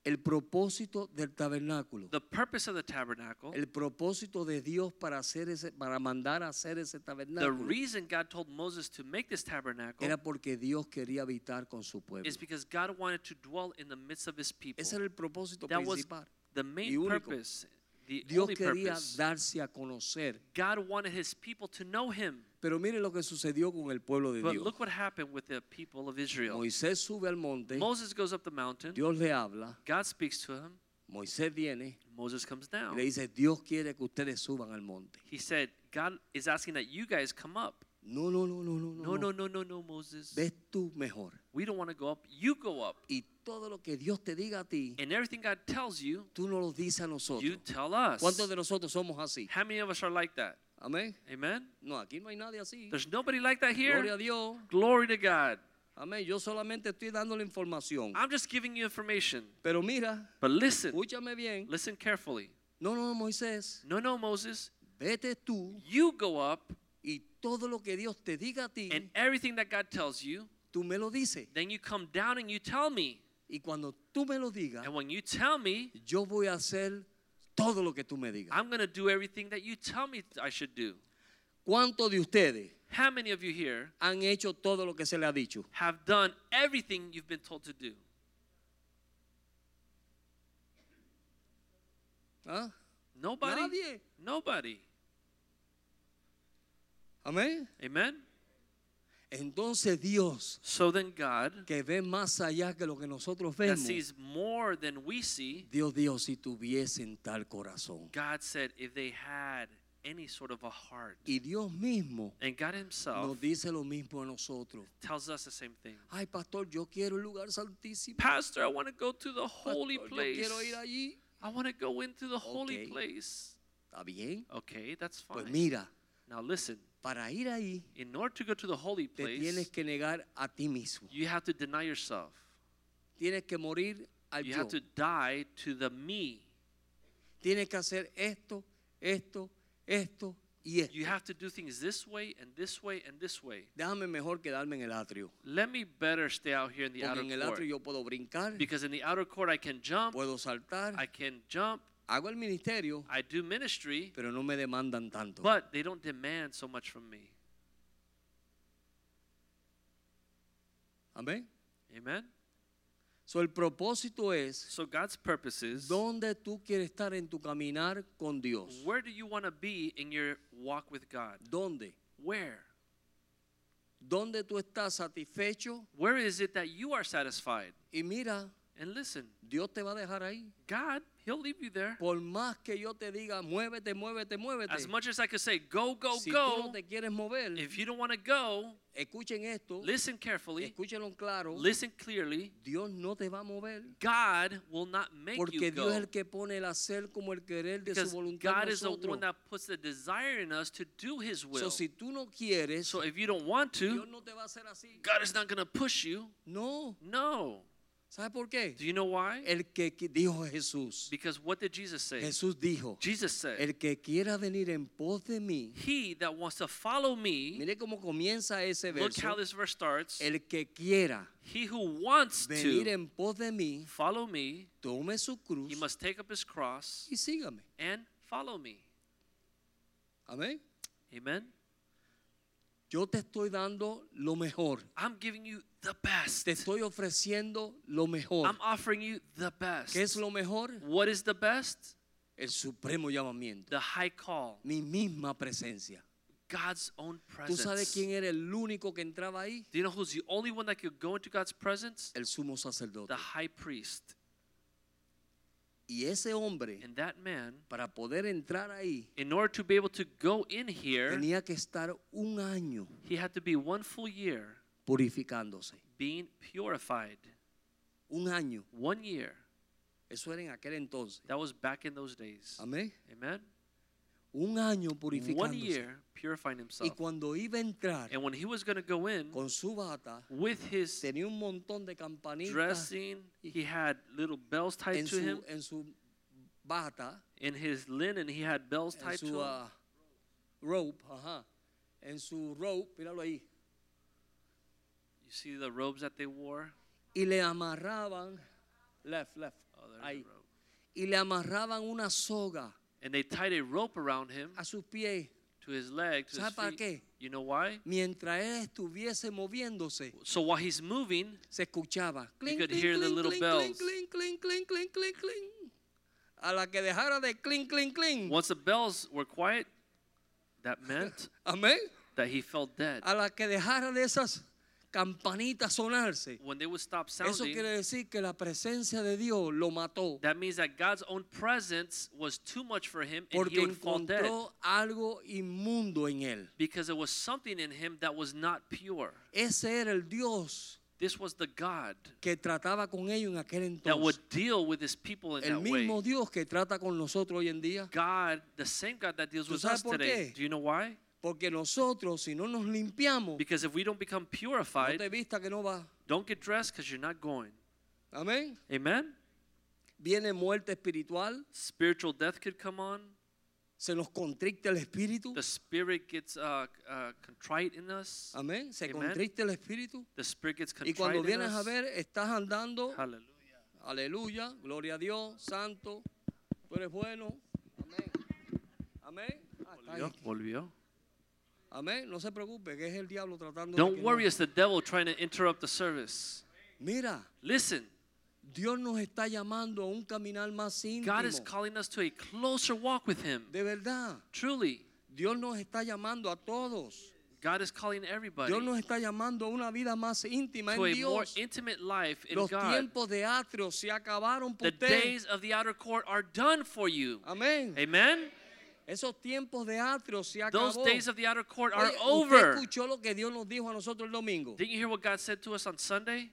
El propósito del tabernáculo. The purpose of the tabernacle, El propósito de Dios para hacer ese, para mandar a hacer ese the tabernáculo reason God told Moses to make this tabernacle era porque Dios quería habitar con su pueblo. is because God wanted to dwell in the midst of His people. Ese era el propósito That was principal. the y main único. purpose, the Dios only quería purpose. darse a conocer. God wanted his people to know him. Pero mire lo que sucedió con el pueblo de But Dios. look what happened with the people of Israel. Moisés sube al monte, Moses goes up the mountain. Dios le habla, God speaks to him. Moisés viene Moses comes y down. le dice, Dios quiere que ustedes suban al monte. He said, God is asking that you guys come up. No, no, no, no, no, no. No, no, no, no, no, Moses. Ves tú mejor. We don't want to go up. You go up. Y todo lo que Dios te diga a ti, And everything God tells you, tú no lo dices a nosotros. you tell us. ¿Cuántos de nosotros somos así? How many of us are like that? Amén. Amen? No, aquí no hay nadie así. There's nobody like that here. Gloria a Dios. Glory to God. Amén. Yo solamente estoy dando la información. I'm just giving you information. Pero mira, But listen, escúchame bien. listen carefully. No, no, Moisés. No, no, Moses. Vete tú You go up, y todo lo que Dios te diga a ti, and everything that God tells you, tú me lo dices. then you come down and you tell me. Y cuando tú me lo digas, And when you tell me, yo voy a hacer todo lo que tú me digas. I'm going to do everything that you tell me I should do. ¿Cuántos de ustedes How many of you here han hecho todo lo que se le ha dicho? have done everything you've been told to do? ¿Ah? Nobody. Nadie. Nobody. Amén. Amen? Entonces Dios, So then God, que ve más allá que lo que nosotros that vemos, sees more than we see, Dios Dios, si tuviesen tal corazón. God said if they had any sort of a heart. Y Dios mismo And God himself nos dice lo mismo a nosotros. tells us the same thing. Ay, pastor, yo quiero el lugar santísimo. Pastor, I want to go to the Pastor, holy yo place. quiero ir allí. I want to go into the holy Okay. place. Está bien. Okay, that's Pues fine. mira, Now listen, para ir ahí in order to go to the holy te tienes place, que negar a ti mismo. you have to deny yourself. Tienes que morir al You yo. have to die to the me. Tienes que hacer esto, esto, esto y esto. You have to do things this way and this way and this way. Déjame mejor quedarme en el atrio. Let me better stay out here in the Porque outer en el court. atrio yo puedo brincar, Because in the outer court I can jump, puedo saltar, I can jump, hago el ministerio, I do ministry, pero no me demandan tanto. but they don't demand so much from me. Amén. Amen? So, el propósito es So God's purpose is dónde tú quieres estar en tu caminar con Dios. where do you want to be in your walk with God? ¿Dónde? Where? ¿Dónde tú estás satisfecho? Where is it that you are satisfied? Y mira, And listen, Dios te va a dejar ahí. God, He'll leave you there. Por más que yo te diga, muévete, muévete, muévete. As much as I could say, go, go, si tú no go, te quieres mover, if you don't want to go, escuchen esto, listen carefully, escúchenlo claro. listen clearly. Dios no te va a mover. God will not make Porque you Dios es go. el que pone el hacer como el querer de su Because voluntad. God en is the one nosotros. that puts the desire in us to do His So, will. si tú no quieres, So if you don't want Dios to, no te va a hacer así. God is not going to push you. No, No. ¿sabes por qué? Do you know why? El que que- dijo Jesús, Because what did Jesus say? Jesús dijo, Jesus said, el que quiera venir en pos de mí, He that wants to follow me, mire cómo comienza ese look verso, how this verse starts. el que quiera He who wants venir to en pos de mí, follow me, tome su he cruz must take up his cross y sígame. and follow me. Amén. Amen. Yo te estoy dando lo mejor. I'm giving you the best. Te estoy ofreciendo lo mejor. I'm offering you the best. ¿Qué es lo mejor? What is the best? El supremo llamamiento. The high call, Mi misma presencia. God's own ¿Tú presence. sabes quién era el único que entraba ahí? Do you know who's the only one that could go into God's presence? El sumo sacerdote. The high priest. Y ese hombre, And that man, para poder entrar ahí, in order to be able to go in here, tenía que estar un año he had to be one full year purificándose. being purified. Un año. One year. Eso era en aquel entonces. That was back in those days. Amén. Amen. Un año one purificándose. year purifying Y himself. cuando iba a entrar And when he was going to go in con su bata, with his tenía un montón de campanitas dressing, he had little bells tied en to him. su, en su bata, In his linen, he had bells en tied su to him. ah, rope, ajá, en su rope, míralo ahí. You see the robes that they wore? Y le amarraban, left, left, Oh, there's ahí. the robe. Y le amarraban una soga And they tied a rope around him a sus pies to his leg, to his Ah. ¿Sabe para feet. qué? You know why? mientras él estuviese moviéndose. So while he's moving, se escuchaba clink, could clink, hear the clink, little clink, bells. clink, clink, clink, clink, clink, clink. a la que dejara de clink clink clink once the bells were quiet, that meant amén that he fell dead. Ah. a la que dejara de esas campanita sonarse, when they would stop eso sounding, quiere decir que la presencia de Dios lo mató that means that God's own presence was too much for him and porque he would fall dead encontró algo inmundo en él. because there was something in him that was not pure. Ese era el Dios This was the God que trataba con ellos en aquel that would entonces. deal with his people in El that way. mismo Dios que trata con nosotros hoy en día. God, the same God that deals ¿Tú with sabes us por today. qué? Do you know why? Porque nosotros, si no nos limpiamos, Because if we don't become no purified, te vista que no va. don't get dressed because you're not going. Amén. Amen? Viene muerte espiritual, Spiritual death could come on. se nos contricta el espíritu. The spirit gets uh, uh, contrite in us. Amén. Se Amen. contriste el espíritu. The spirit gets Y contrite cuando in vienes a us. ver, estás andando. Hallelujah. Aleluya. Gloria a Dios. Santo. Tú eres bueno. Amén. Amén. Ah, está ahí. Volvió, volvió. Amén. No se preocupe, que es el diablo tratando de. Don't que worry, no- it's the devil trying to interrupt the service. Mira, Listen, Dios nos está llamando a un caminar más íntimo. God is calling us to a closer walk with Him. De verdad. Truly, Dios nos está llamando a todos. God is calling everybody Dios nos está llamando a una vida más íntima to en a more Dios. intimate life in Los God. tiempos de atrio se acabaron por The usted. days of the outer court are done for you. Amén. Amen? Esos tiempos de atrio se Those acabó. days of the outer court are Oye, ¿Usted over. escuchó lo que Dios nos dijo a nosotros el domingo? Didn't you hear what God said to us on Sunday?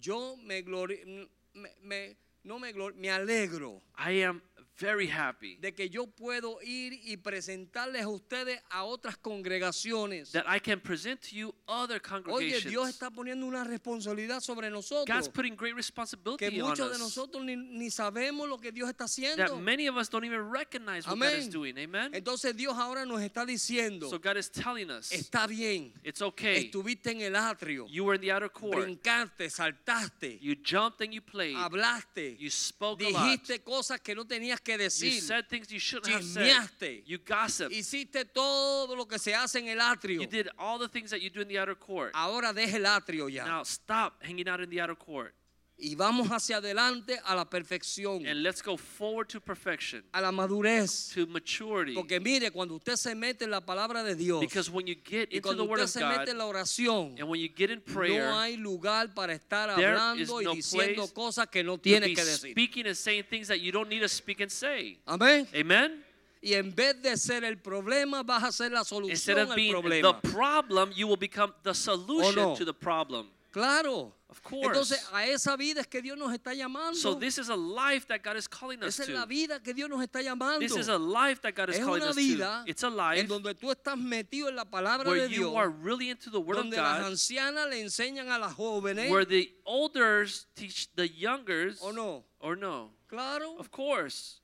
Yo me glori- me- me- no me glor- me alegro I am very happy de que yo puedo ir y presentarles a ustedes a otras congregaciones. that I can present to you Oye, other Dios congregations. está poniendo una responsabilidad sobre God's nosotros. putting great que responsibility on muchos de us. nosotros ni, ni sabemos lo que Dios está that haciendo. many of us don't even recognize what God is Amén. doing. Amen. Entonces Dios ahora nos está diciendo, So God is telling us, está bien, it's okay. estuviste en el atrio, You were in the outer court. brincaste, saltaste, You jumped and you played. hablaste, You spoke a lot. dijiste cosas que no tenías que You decir, said things you shouldn't have said. chismeaste. You gossiped. hiciste todo lo que se hace en el atrio. You did all the things that you do in the outer court. Ahora deja el atrio ya Now stop hanging out in the outer court y vamos hacia adelante a la perfección, and let's go forward to perfection, a la madurez. to maturity. Porque mire, cuando usted se mete en la palabra de Dios Because when you get y into the cuando Word usted of se God mete en la oración, and when you get in prayer, no hay lugar para estar there hablando is y no diciendo place cosas que no you'll tiene be que decir. speaking and saying things that you don't need to speak and say. Amén. Amen. Y en vez de ser el problema, vas a ser la Instead solución of al being the problema. problem, you will become the solution no? to the problem. Claro. Of course. Entonces, a esa vida es que Dios nos está llamando. So this is a life that God is calling us Esa es la to. vida que Dios nos está llamando. This is a life that God is es calling una us vida to. It's a en life donde tú estás metido en la palabra de where Dios, you are really into the Word of donde las God, ancianas le enseñan a las jóvenes, where the elders teach the youngers. ¿o no? Or no. Claro, Of course.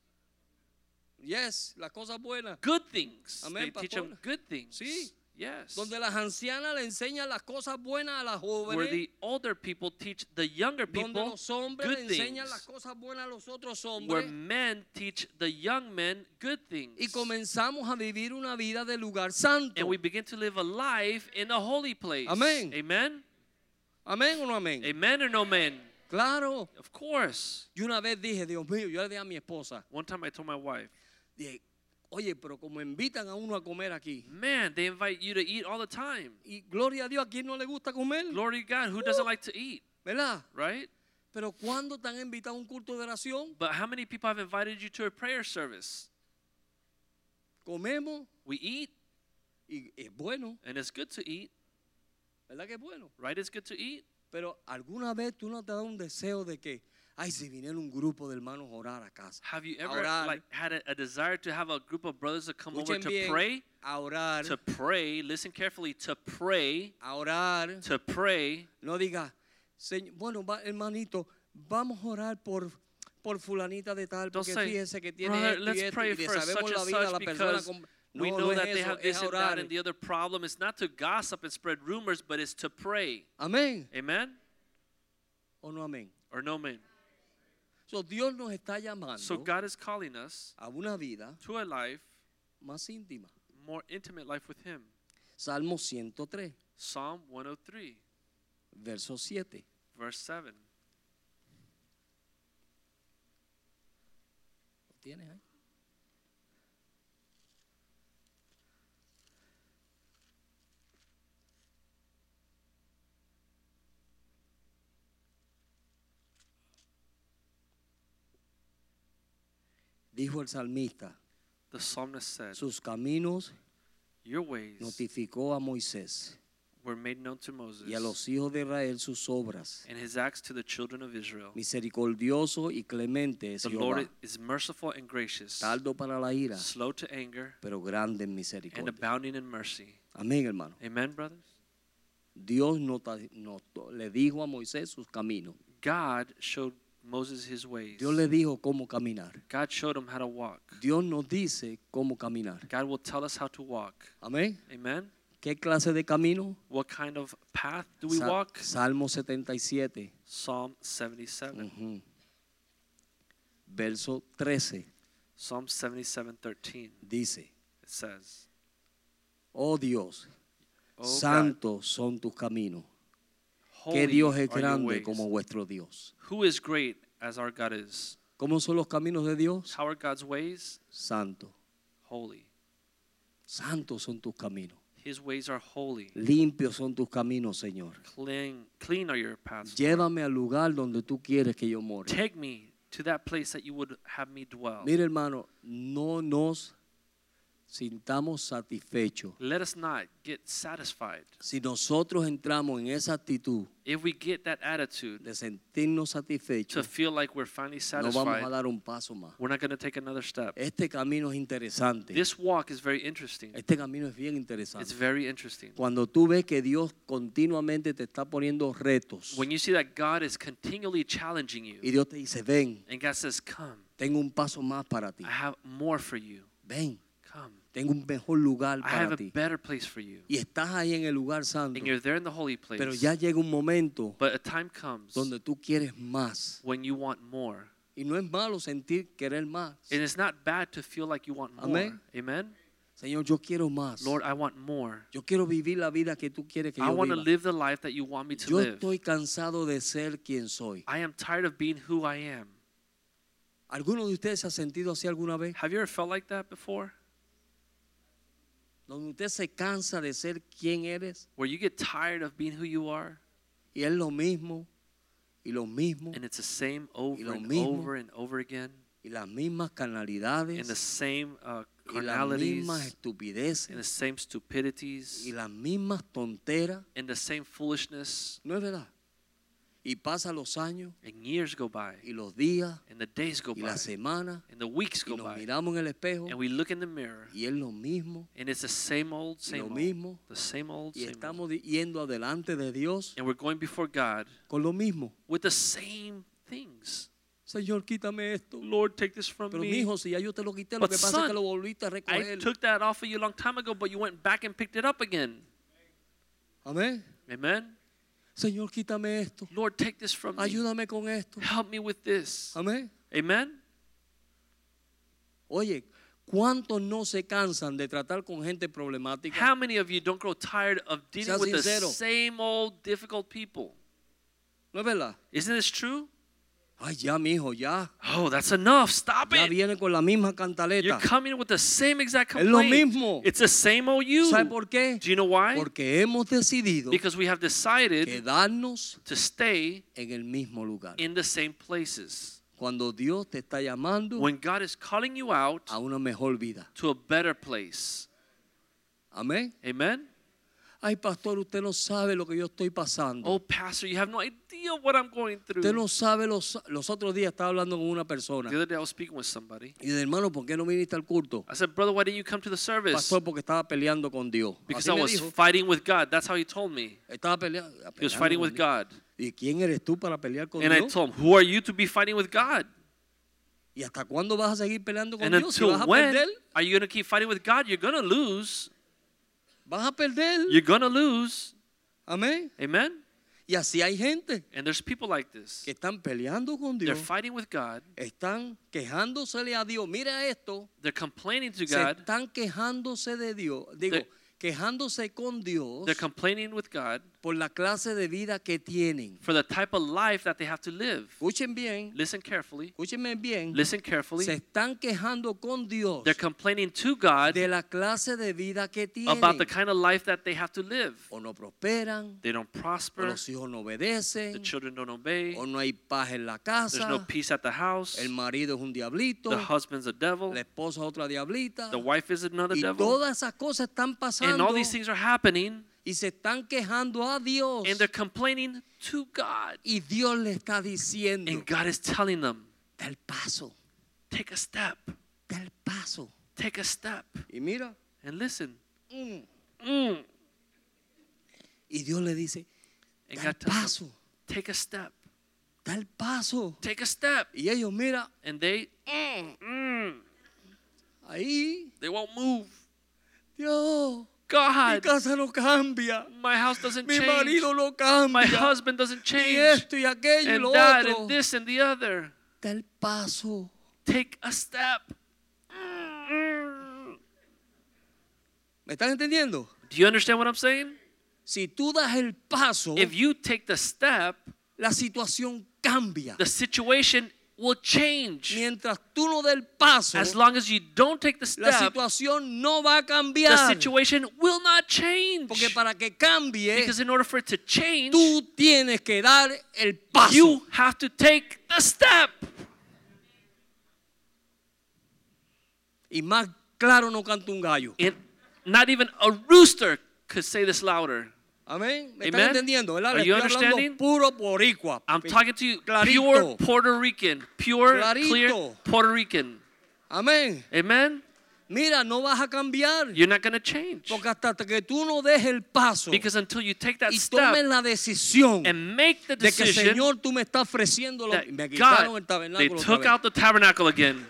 yes, las cosas buenas. Good things. Amén, They teach them pastor. good things. Sí. Yes. Donde las ancianas le enseñan las cosas buenas a las Where jóvenes, the older people teach the younger donde people los hombres le good enseñan las things. cosas buenas a los otros Where hombres. men teach the young men good things. Y comenzamos a vivir una vida de lugar santo. and we begin to live a life in a holy place. Amén. Amen. Amén o no amén. Amen or no amen? Claro. Of course. Yo una vez dije, Dios mío, yo le dije a mi esposa, One time I told my wife, dije, oye, pero como invitan a uno a comer aquí, man, they invite you to eat all the time. Y gloria a Dios, ¿a quién no le gusta comer? Glory to God, who doesn't like to eat, ¿Verdad? right? Pero ¿cuándo te han invitado a un culto de oración? But how many people have invited you to a prayer service? Comemos We eat, y es bueno, and it's good to eat, ¿verdad que es bueno? right? It's good to eat. Pero alguna vez tú no te das un deseo de que, ay, si viniera un grupo de hermanos a orar a casa. Have you ever Orar. like had a, a desire to have a group of brothers to come over Escuchen to bien, pray? a orar, To pray, listen carefully, to pray, a orar. to pray. No digas, "Señ- bueno, va- hermanito, vamos a orar por, por fulanita de tal, Don't porque say, fíjese que tiene brother, esto y let's esto", pray y le for sabemos such la and vida a such la persona. because con- we No, know no that es they eso, have es this a and that orar. and the other problem. It's not to gossip and spread rumors, but it's to pray. Amén Amen o no amén. or no amen? So, Dios nos está llamando So God is calling us a una vida to a life más íntima. more intimate life with Him. Salmo 103, Psalm 103, verso 7. verse 7. ¿Lo tienes ahí? Dijo el salmista, The psalmist said, sus caminos Your ways notificó a Moisés were made known to Moses, y a los hijos de Israel sus obras. and his acts to the children of Israel. Misericordioso y clemente es The Lord Jehová, is merciful and gracious, tardo para la ira, slow to anger, pero grande en and misericordia. abounding in mercy. Amén, hermano. Amen, brothers? Dios nota- notó- le dijo a Moisés sus caminos. God showed Moses his ways. Dios le dijo cómo caminar. God showed him how to walk. Dios nos dice cómo caminar. God will tell us how to walk. Amén. Amen? ¿Qué clase de camino? What kind of path do we Sa- walk? Salmo 77, Psalm 77. ujú, verso 13, Psalm 77, 13. dice, It says, oh Dios, "O God, santos son tus caminos, que Dios es holy are your grande ways. como vuestro Dios. Who is great as our God is? ¿Cómo son los caminos de Dios? How are God's ways? Santo, Holy. santos son tus caminos, His ways are holy. limpios son tus caminos, Señor. Clean, clean are your paths. Lord. Llévame al lugar donde tú quieres que yo more. Take me to that place that you would have me dwell. Mira, hermano, no nos sintamos satisfechos. Let us not get satisfied. Si nosotros entramos en esa actitud If we get that attitude de sentirnos to satisfechos, feel like we're finally no vamos a satisfied, dar un paso más. we're not going to take another step. Este camino es interesante. This walk is very interesting. Este camino es bien It's interesante. very interesting. Cuando tú ves que Dios continuamente te está poniendo retos When you see that God is continually challenging y you, Dios te dice, ven, and God says, Come, tengo un paso más para ti. I have more for you. Ven, Come, tengo un mejor lugar I have para a ti. better place for you. Y estás ahí en el lugar santo. And you're there in the holy Pero place. ya llega un momento But a time comes donde tú quieres más. when you want more. Y no es malo sentir querer más. And it's not bad to feel like you want more. Amén. Amen? Señor, yo quiero más. Lord, I want more. Yo quiero vivir la vida que tú quieres que I yo want to viva. live the life that you want me to Yo live. estoy cansado de ser quien soy. I am tired of being who I am. ¿Alguno de ustedes se ha sentido así alguna vez? Have you ever felt like that before? Donde usted se cansa de ser quien eres Where you get tired of being who you are, y es lo mismo y lo mismo and it's the same over lo and mismo. over and over again, y las mismas and the carnalidades same uh, y las mismas carnalities, and the estupideces same y stupidities, las mismas tonteras. and the same foolishness. ¿No es verdad? Y pasan los años And years go by, y los días and the days go y by, las semanas and the weeks y go nos by, miramos en el espejo and we look in the mirror, y es lo mismo and it's the same y lo old, same old, mismo the same old, y same old. estamos di- yendo adelante de Dios And we're going before God con lo mismo. with the same things. Señor, quítame esto. Lord, take this from Pero mi me. hijo, si ya yo te lo quité, lo But que pasa es que son, lo volviste a I recoger. took that off of you a long time ago, but you went back and picked it up again. Amén. Amen. Señor, quítame esto. Lord, take this from me. Ayúdame con esto. Help me with this. Amén. Amen. Oye, ¿cuántos no se cansan de tratar con gente problemática? How many of you don't grow tired of Sea dealing with the sincero. same old difficult people? ¿No es verdad? Isn't this true? Ay, ya, mi hijo, ya. Oh, that's enough. Stop Ya it. viene con la misma You're cantaleta. coming with the same exact Es lo complaint. mismo. It's the same old you. ¿Sabe por qué? Do you know why? Porque hemos decidido Because we have decided quedarnos to stay en el mismo lugar. in the same places. Cuando Dios te está llamando When God is calling you out a una mejor vida. to a better place. Amén. Amen. Ay, pastor, usted no sabe lo que yo estoy pasando. Oh, pastor, you have no idea what I'm going through. Usted no sabe los, los otros días estaba hablando con una The persona other day I was speaking with somebody. y dice, hermano, ¿por qué no viniste al culto? I said, brother, why didn't you come to the service? Pastor, porque estaba peleando con Dios. Because Así I me was dijo. fighting with God. That's how he told me. Estaba pelea- peleando. He was fighting con with Dios. God. ¿Y quién eres tú para pelear con And I Dios? told him, Who are you to be fighting with God? ¿Y hasta cuándo vas a seguir peleando con And Dios? Si until vas a when perder, are you going to keep fighting with God? You're going to lose. vas a perder. You're going to lose. Amén. Amen? Y así hay gente And there's people like this. que están peleando con They're Dios. fighting with God. Están quejándosele a Dios. Mira esto. They're complaining to Se God. están quejándose de Dios. Digo, They're- quejándose con Dios. They're complaining with God. por la clase de vida que tienen. for the type of life that they have to live. Escuchen bien, Listen carefully. escúchenme bien. Listen Se carefully. están quejando con Dios They're complaining to God de la clase de vida que tienen. about the kind of life that they have to live. o no prosperan, They don't o prosper. los hijos no The obedecen, children don't obey. o no hay paz en la There's casa, no peace at the house. el marido es un diablito, The husband's a devil. la esposa es otra diablita, The wife is another y devil. todas esas cosas están And pasando all these things are happening. y se están quejando a Dios And they're complaining to God. y Dios le está diciendo, And God is telling them, da el paso, take a step. da el paso. Take a step. Y mira, And listen. mm, Mm. y Dios le dice, Da And el God tells paso. them, take a step. da el paso. Take a step. Y ellos, mira, And they, mm, ahí, they won't move. Dios, mi God, casa no cambia, my house doesn't mi change. marido no My cambia. husband doesn't y change. esto y aquello y And lo that otro. and this and the other. Da el paso. Take a step. Mm. ¿Me están entendiendo? Do you understand what I'm saying? Si tú das el paso, If you take the step, la situación cambia. the situation will change. Mientras tú no des el paso, As long as you don't take the la step, situación no va a the cambiar. situation will not change. Porque para que cambie, Because in order for it to change, tú tienes que dar el paso. you have to take the step. y más claro no canta un gallo. It, not even a rooster could say this louder. Amén. ¿Me Amen. están entendiendo? ¿verdad? Le Are you estoy hablando understanding? puro boricua. I'm talking to you, pure Clarito. Puerto Rican, pure, clear Clarito. Puerto Rican. Amén. Amen. Mira, no vas a cambiar. You're not going to change Porque hasta que tú no des el paso because until you take that y tomes step la decisión and make the de que decision Señor tú me estás ofreciendo lo me that quitaron el God, they tabernáculo otra took vez. out the tabernacle again.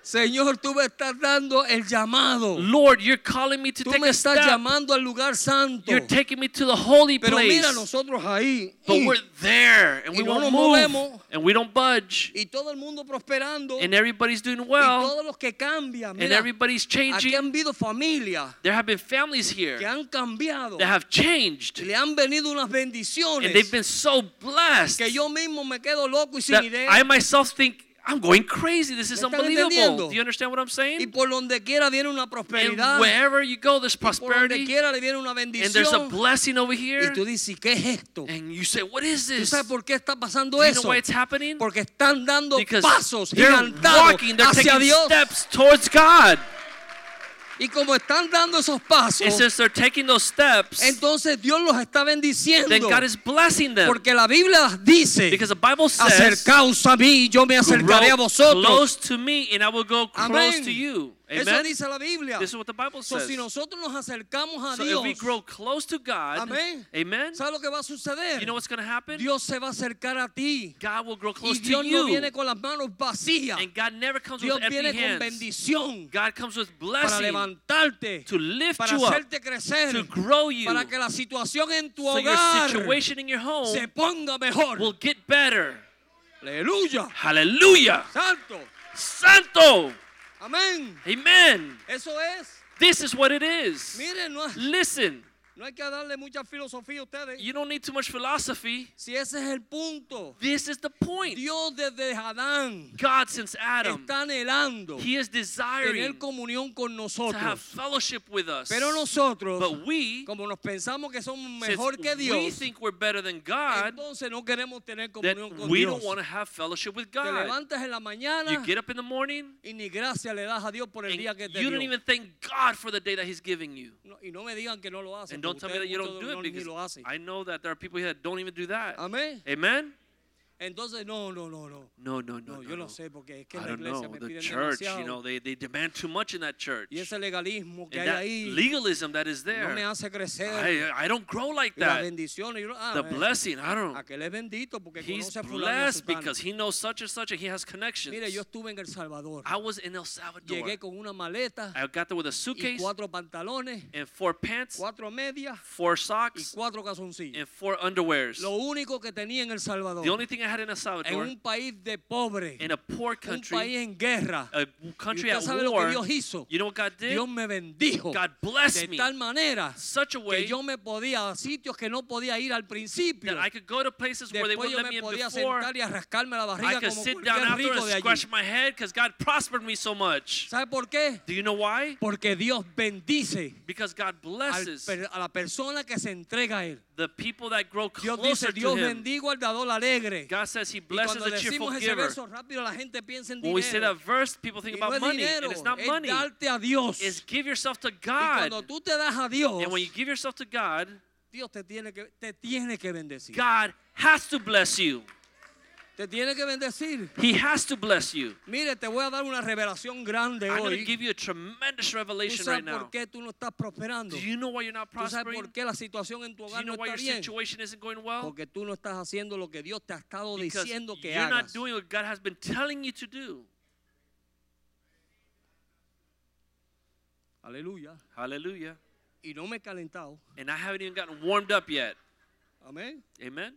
Señor tú me estás dando el llamado Lord, you're calling me to tú take me a estás step. llamando al lugar santo You're taking me to the holy pero place. mira nosotros ahí but mm, we're there and Y we no won't nos move movemos. and we don't budge y todo el mundo prosperando and everybody's doing y well todos los que cambian and mira everybody's aquí changing. han habido familias There have been families que here han cambiado that have changed le han venido unas and they've bendiciones been so blessed que yo mismo me quedo loco y sin that idea I myself think I'm going crazy. This is ¿Me están unbelievable. entendiendo? Do you understand what I'm y saying? por donde quiera viene una And prosperidad wherever you go, there's por donde prosperity quiera le viene una and there's a bendición blessing over y here. tú dices ¿qué es esto? And you say, What is ¿Tú this? sabes por qué está pasando Do you know eso? why it's happening? Porque están dando Because pasos they're gigantados walking, they're hacia taking Dios. steps towards God. Y como están dando esos pasos, And since they're taking those steps, entonces Dios los está then bendiciendo. God is blessing them. Porque la Biblia dice, Because the Bible says, acercaos a mí y yo me acercaré a "Grow vosotros. Close to me, and I will go close Amén. to you. Eso Amen. dice la Biblia. This is what the Bible So, says. si nosotros nos acercamos a So Dios, if we grow close to God, Amén. amen. ¿sabes lo que va a suceder? You know what's going to happen? Dios se va a acercar a ti. God will grow Y close to Dios no viene you. con las manos vacías. And God never comes Dios with viene empty con hands. bendición God comes with para blessing levantarte, to lift para you up, hacerte crecer, to grow you, para que la situación en tu so your hogar situation in your home se ponga mejor. will get better. Aleluya. Hallelujah. Santo. Santo. Amén. Amen. Eso es. This is what it is. Miren, no, Listen, no hay que darle mucha filosofía a ustedes. you don't need too much philosophy. si ese es el punto, This is the point. Dios desde Adán God, since Adam, está anhelando He is desiring tener comunión con to nosotros. have fellowship with us. Pero nosotros, But we, como nos pensamos que somos since mejor que we Dios, think we're better than God, entonces no queremos tener comunión that con we Dios. don't want to have fellowship with Te God. levantas en la mañana You get up in the morning, y ni gracias le das a Dios por el and día que te you dio. don't even thank God for the day that He's giving you. No, y no me digan que no lo hacen. And don't porque tell me that you ustedes don't do muchos it no- ni because lo hacen. I know that there are people here that don't even do that. Amén. Amen? Entonces, no, no, no, no. No, no, no. No, no, yo no. no sé porque es que I la don't iglesia know. me The piden church, demasiado. you know, they, they demand too much in that church. y ese legalismo que and hay that ahí legalism that is no me there. hace crecer. I, I don't grow like y las that. bendiciones. Yo, no- ah, The eh, blessing, I don't. aquel es bendito porque He's conoce a fulano y a blessed sutano. because he knows such and such and he has connections. Mire, yo estuve en El Salvador. I was in El Salvador. Llegué con una maleta I got there with a y suitcase cuatro pantalones, and four pants, cuatro medias four y socks, cuatro calzoncillos. and four underwears. Lo único que tenía en El Salvador. The only thing I had in El en Salvador, un país de pobre, in a poor un country, país en guerra. a country y at usted sabe war, lo que Dios hizo. you know what God did? Dios me bendijo God blessed de me tal manera such a way que yo me podía a sitios que no podía ir al principio. that I could go to places where they Después wouldn't yo let me me in podía before. sentar y a rascarme la I barriga could como sit down cualquier after rico and de scratch allí. my head because God prospered me so much. ¿Sabe por qué? Do you know why? Porque Dios bendice Because God al blesses per- a la persona que se entrega a él. the people that grow Dios closer dice, Dios to Him. bendigo al dador alegre. God says He Y blesses cuando a cheerful decimos ese giver. verso rápido la gente piensa en When we say that dinero. verse, people Y think no about es money, dinero, and it's not es money. darte a Dios. It's give yourself to Y God. cuando tú te das a Dios, And when you give yourself to God, Dios te tiene que te tiene que bendecir. God has to bless you. Te tiene que bendecir. He has to bless you. Mire, te voy a dar una revelación grande I'm going to hoy. give you a tremendous ¿Tú revelation right sabes now. por qué tú no estás prosperando? Do you know why you're not ¿Tú sabes prospering? por qué la situación en tu Do you hogar know no why está your bien? situation isn't going well? Porque tú no estás haciendo lo que Dios te ha estado Because diciendo que you're not hagas. doing what God has been telling you to do. Aleluya. Hallelujah. Y no me he calentado. And I haven't even gotten warmed up yet. Amén. Amen?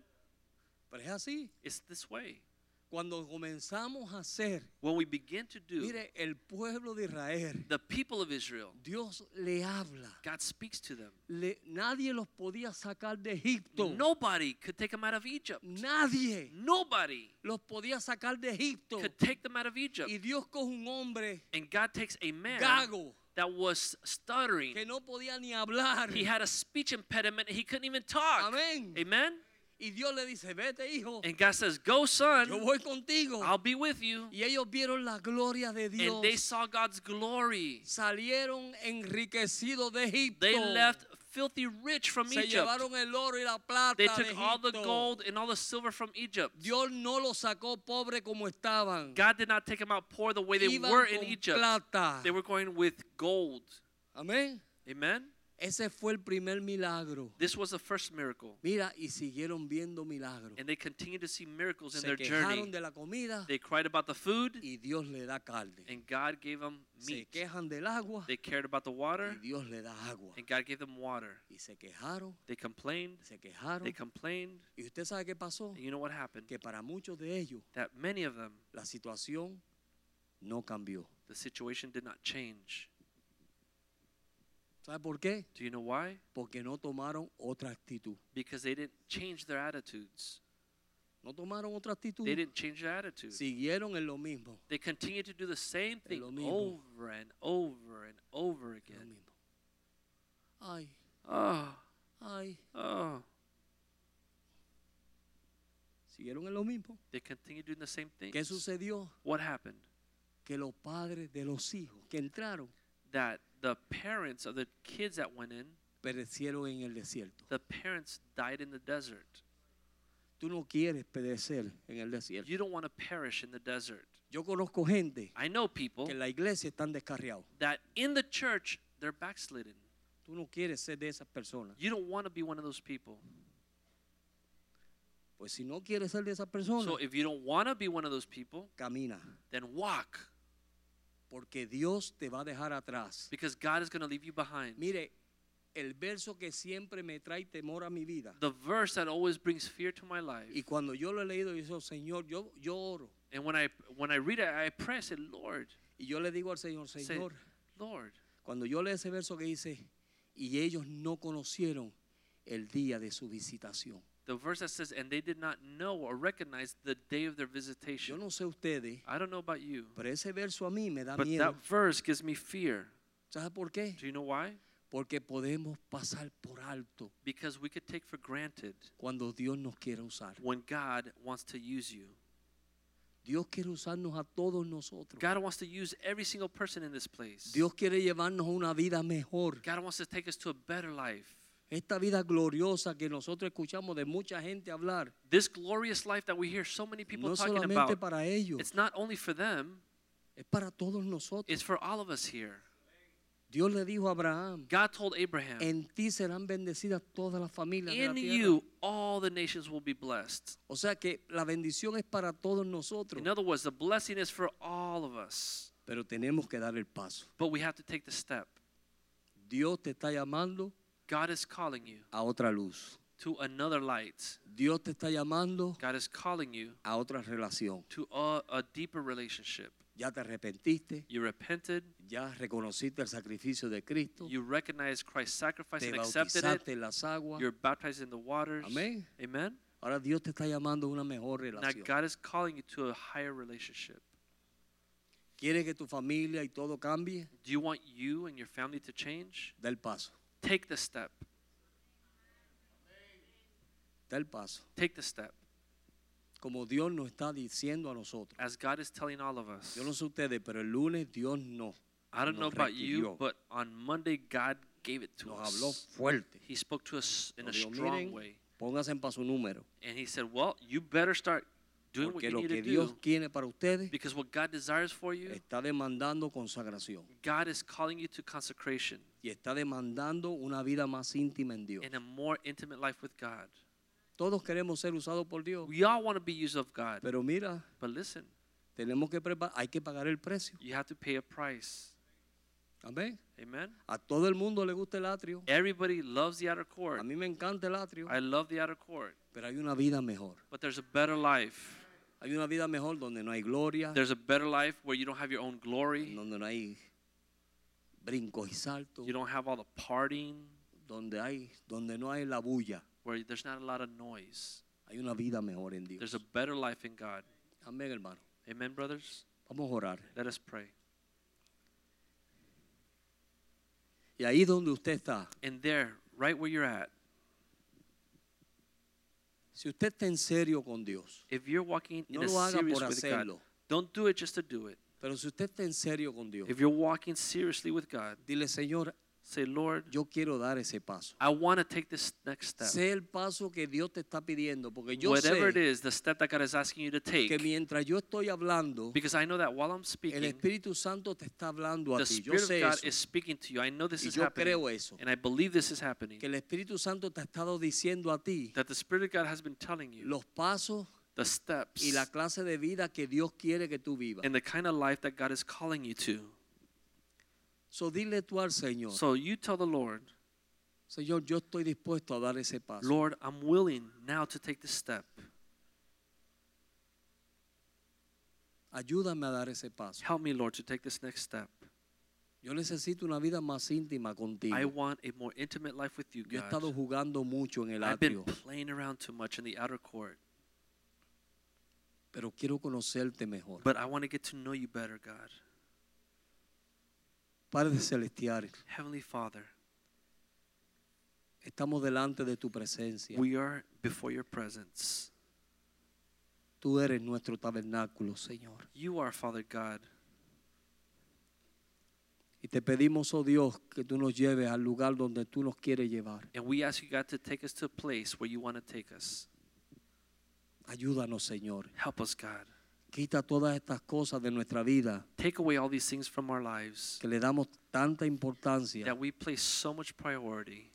Pero es así. It's this way. Cuando comenzamos a hacer, When we begin to do, mire, el pueblo de Israel, the people of Israel, Dios le habla. God speaks to them. Le- nadie los podía sacar de Egipto. Nobody could take them out of Egypt. Nadie Nobody los podía sacar de Egipto. could take them out of Egypt. Y Dios coge un hombre And God takes a man gago that was stuttering. que no podía ni hablar. He had a speech impediment. and He couldn't even talk. Amén. Amen? Y Dios le dice, vete hijo, And God says, Go, yo son. voy contigo. I'll be with you. Y ellos vieron la gloria de And they Dios. saw God's glory. Salieron enriquecidos de Egipto. They left filthy rich from Se Egypt. llevaron el oro y la plata They de took all the Egipto. gold and all the silver from Egypt. Dios no los sacó pobre como estaban. God did not take them out poor the way they Iban were in con Egypt. plata. They were going with gold. Amén. Amen? Ese fue el primer milagro. This was the first miracle. Mira, y siguieron viendo milagros. And they continued to see miracles in Se their quejaron journey. de la comida They cried about the food, y Dios le da carne. and God gave them Se meat. quejan del agua They cared about the water, y Dios le da agua. and God gave them water. Y se quejaron, They complained. se quejaron. They complained. Y usted sabe qué pasó. And you know what happened? Que para muchos de ellos That many of them, la situación no cambió. the situation did not change. ¿Sabe por qué? Do you know why? Porque no tomaron otra actitud. Because they didn't change their attitudes. No tomaron otra actitud. They didn't change their attitude. Siguieron en lo mismo. They continued to do the same Es thing lo mismo. over and over and en over Lo again. mismo. Ay, Oh, ay. oh. Siguieron en lo mismo. They continued doing the same thing. ¿Qué sucedió? What happened? Que los padres de los hijos que entraron That the parents of the kids that went in, perecieron en el desierto. the parents died in the desert. Tú no quieres perecer en el desierto. You don't want to perish in the desert. Yo conozco gente I know people que en la iglesia están descarriados. that in the church they're backslidden. Tú no quieres ser de esas personas. You don't want to be one of those people. Pues si no quieres ser de esas personas, So if you don't want to be one of those people, camina. then walk Porque Dios te va a dejar atrás. because God is going to leave you behind. Mire, el verso que siempre me trae temor a mi vida. The verse that always brings fear to my life. Y cuando yo lo he leído, yo digo, Señor, yo, yo oro. And when I when I read it, I pray, I say, Lord, Y yo le digo al Señor, I say, Señor, Lord. cuando yo leo ese verso que dice, y ellos no conocieron el día de su visitación. The verse that says, and they did not know or recognize the day of their Yo visitation. no sé ustedes, I don't know about you, pero ese verso a mí me da but miedo. that verse gives me fear. ¿Sabes por qué? Do you know why? Porque podemos pasar por alto Because we could take for granted cuando Dios nos quiere usar. when God wants to use you. Dios quiere usarnos a todos nosotros. God wants to use every single person in this place. Dios quiere llevarnos a una vida mejor. God wants to take us to a better life. Esta vida gloriosa que nosotros escuchamos de mucha gente hablar, This glorious life that we hear so many people no talking solamente about, para ellos, it's not only for them, es para todos nosotros. it's for all of us here. Dios le dijo a Abraham, God told Abraham, en ti serán bendecidas todas las familias de la in tierra. you all the nations will be blessed. O sea que la bendición es para todos nosotros, In other words, the blessing is for all of us, pero tenemos que dar el paso. but we have to take the step. Dios te está llamando God is calling you a otra luz. to another light. Dios te está llamando God is calling you a otra relación. to a, a deeper relationship. Ya te arrepentiste, You repented, ya reconociste el sacrificio de Cristo, you recognized Christ's te sacrifice and accepted bautizaste it. en las aguas. You're baptized in the waters. Amén. Amen. Ahora Dios te está llamando a una mejor Now relación. God is calling you to a higher relationship. ¿Quieres que tu familia y todo cambie? Do you want you and your family to change? Da el paso, Take the step. da el paso. Take the step. Como Dios nos está diciendo a nosotros. As God is telling all of us. Yo no sé ustedes, pero el lunes Dios no. I don't know nos about you, requirió, but on Monday God gave it to nos habló us. fuerte. He spoke to us in a Nos dijo, strong "Miren, way. Pónganse para su número. And he said, Well, you better start doing what Porque you lo need to que do Dios tiene para ustedes because what God desires for you, está demandando consagración God is calling you to consecration y está demandando una vida más íntima en Dios. and a more intimate life with God. Todos queremos ser usados por Dios, We all want to be used of God. pero mira, But listen, tenemos que preparar, hay que pagar el precio. you have to pay a price. Amén. Amen. A todo el mundo le gusta el atrio. Everybody loves the outer court. A mí me encanta el atrio, I love the outer court. pero hay una vida mejor. But there's a better life. Hay una vida mejor donde no hay gloria, There's a better life where you don't have your own glory. donde no hay brincos y saltos, You don't have all the partying. donde hay donde no hay la bulla. where there's not a lot of noise. Hay una vida mejor en There's Dios. a better life in God. Amén, hermano. Amen, brothers? Vamos a orar. Let us pray. Y ahí donde usted está, And there, right where you're at, si usted está en serio con Dios, if you're walking No in lo a haga serious por with God, hacerlo. don't do it just to do it. pero si usted está en serio con Dios, If you're walking seriously with God, dile, Señor, say, Lord, yo quiero dar ese paso. I want to take this next step. Sé el paso que Dios te está pidiendo, porque yo Whatever it sé is, the step that God is asking you to que take. mientras yo estoy hablando, Because I know that while I'm el speaking, Espíritu Santo te está hablando a the ti. Yo Spirit of sé God eso, is speaking to you. I know this Y is yo happening. creo eso. And I believe this is happening. que el Espíritu Santo te ha estado diciendo a ti That the Spirit of God has been telling you los pasos the steps y la clase de vida que Dios quiere que tú vivas. and the kind of life that God is calling you to. So dile tú al Señor, So you tell the Lord, Señor, yo estoy dispuesto a dar ese paso. Lord, I'm willing now to take this step. Ayúdame a dar ese paso. Help me, Lord, to take this next step. Yo necesito una vida más íntima contigo. I want a more intimate life with you, Yo he estado God. jugando mucho en el I've been atrio, playing around too much in the outer court, pero quiero conocerte mejor. but I want to get to know you better, God. Padre celestial, Heavenly Father, estamos delante de tu presencia. we are before your presence. Tú eres nuestro tabernáculo, Señor. You are, Father God, Y te pedimos, oh Dios, que tú nos lleves al lugar donde tú nos quieres llevar. and we ask you, God, to take us to a place where you want to take us. Ayúdanos, Señor. Help us, God. Quita todas estas cosas de nuestra vida Take away all these things from our lives que le damos tanta importancia that we place so much priority,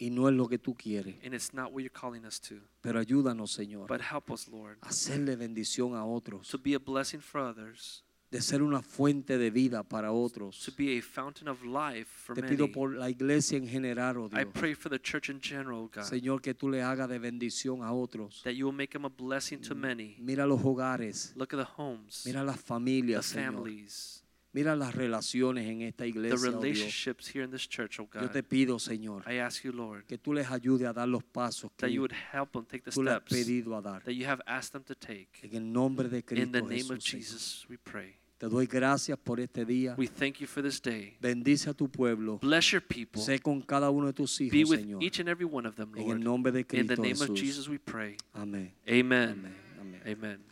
y no es lo que tú quieres. and it's not what you're calling us to. Pero ayúdanos, Señor, But help us, Lord. a hacerle bendición a otros, to be a blessing for others, de ser una fuente de vida para to otros. be a fountain of life for Te many. pido por la iglesia en general, oh I Dios. pray for the church in general, God, Señor, que tú le hagas de bendición a otros. that you will make them a blessing Mm. to many. Mira los hogares, Look at the homes, mira las the familias, Señor. families, Mira las relaciones en esta the iglesia, oh Dios. relationships here in this church, oh Yo te God. pido, Señor, I ask you, Lord, que tú les ayudes a dar los pasos that you que would help them take the tú les has steps pedido a dar. that you have asked them to take. En el nombre de In Cristo the name of Jesús, Señor. Jesus, we pray. Te doy gracias por este día. We thank you for this day. Bendice a tu pueblo. Bless your people. Sé con cada uno de tus Be hijos, with Señor. each and every one of them, En el Lord. nombre de In the Cristo name of Jesús. Jesus, we pray. Amén. Amen. Amén. Amén. Amen.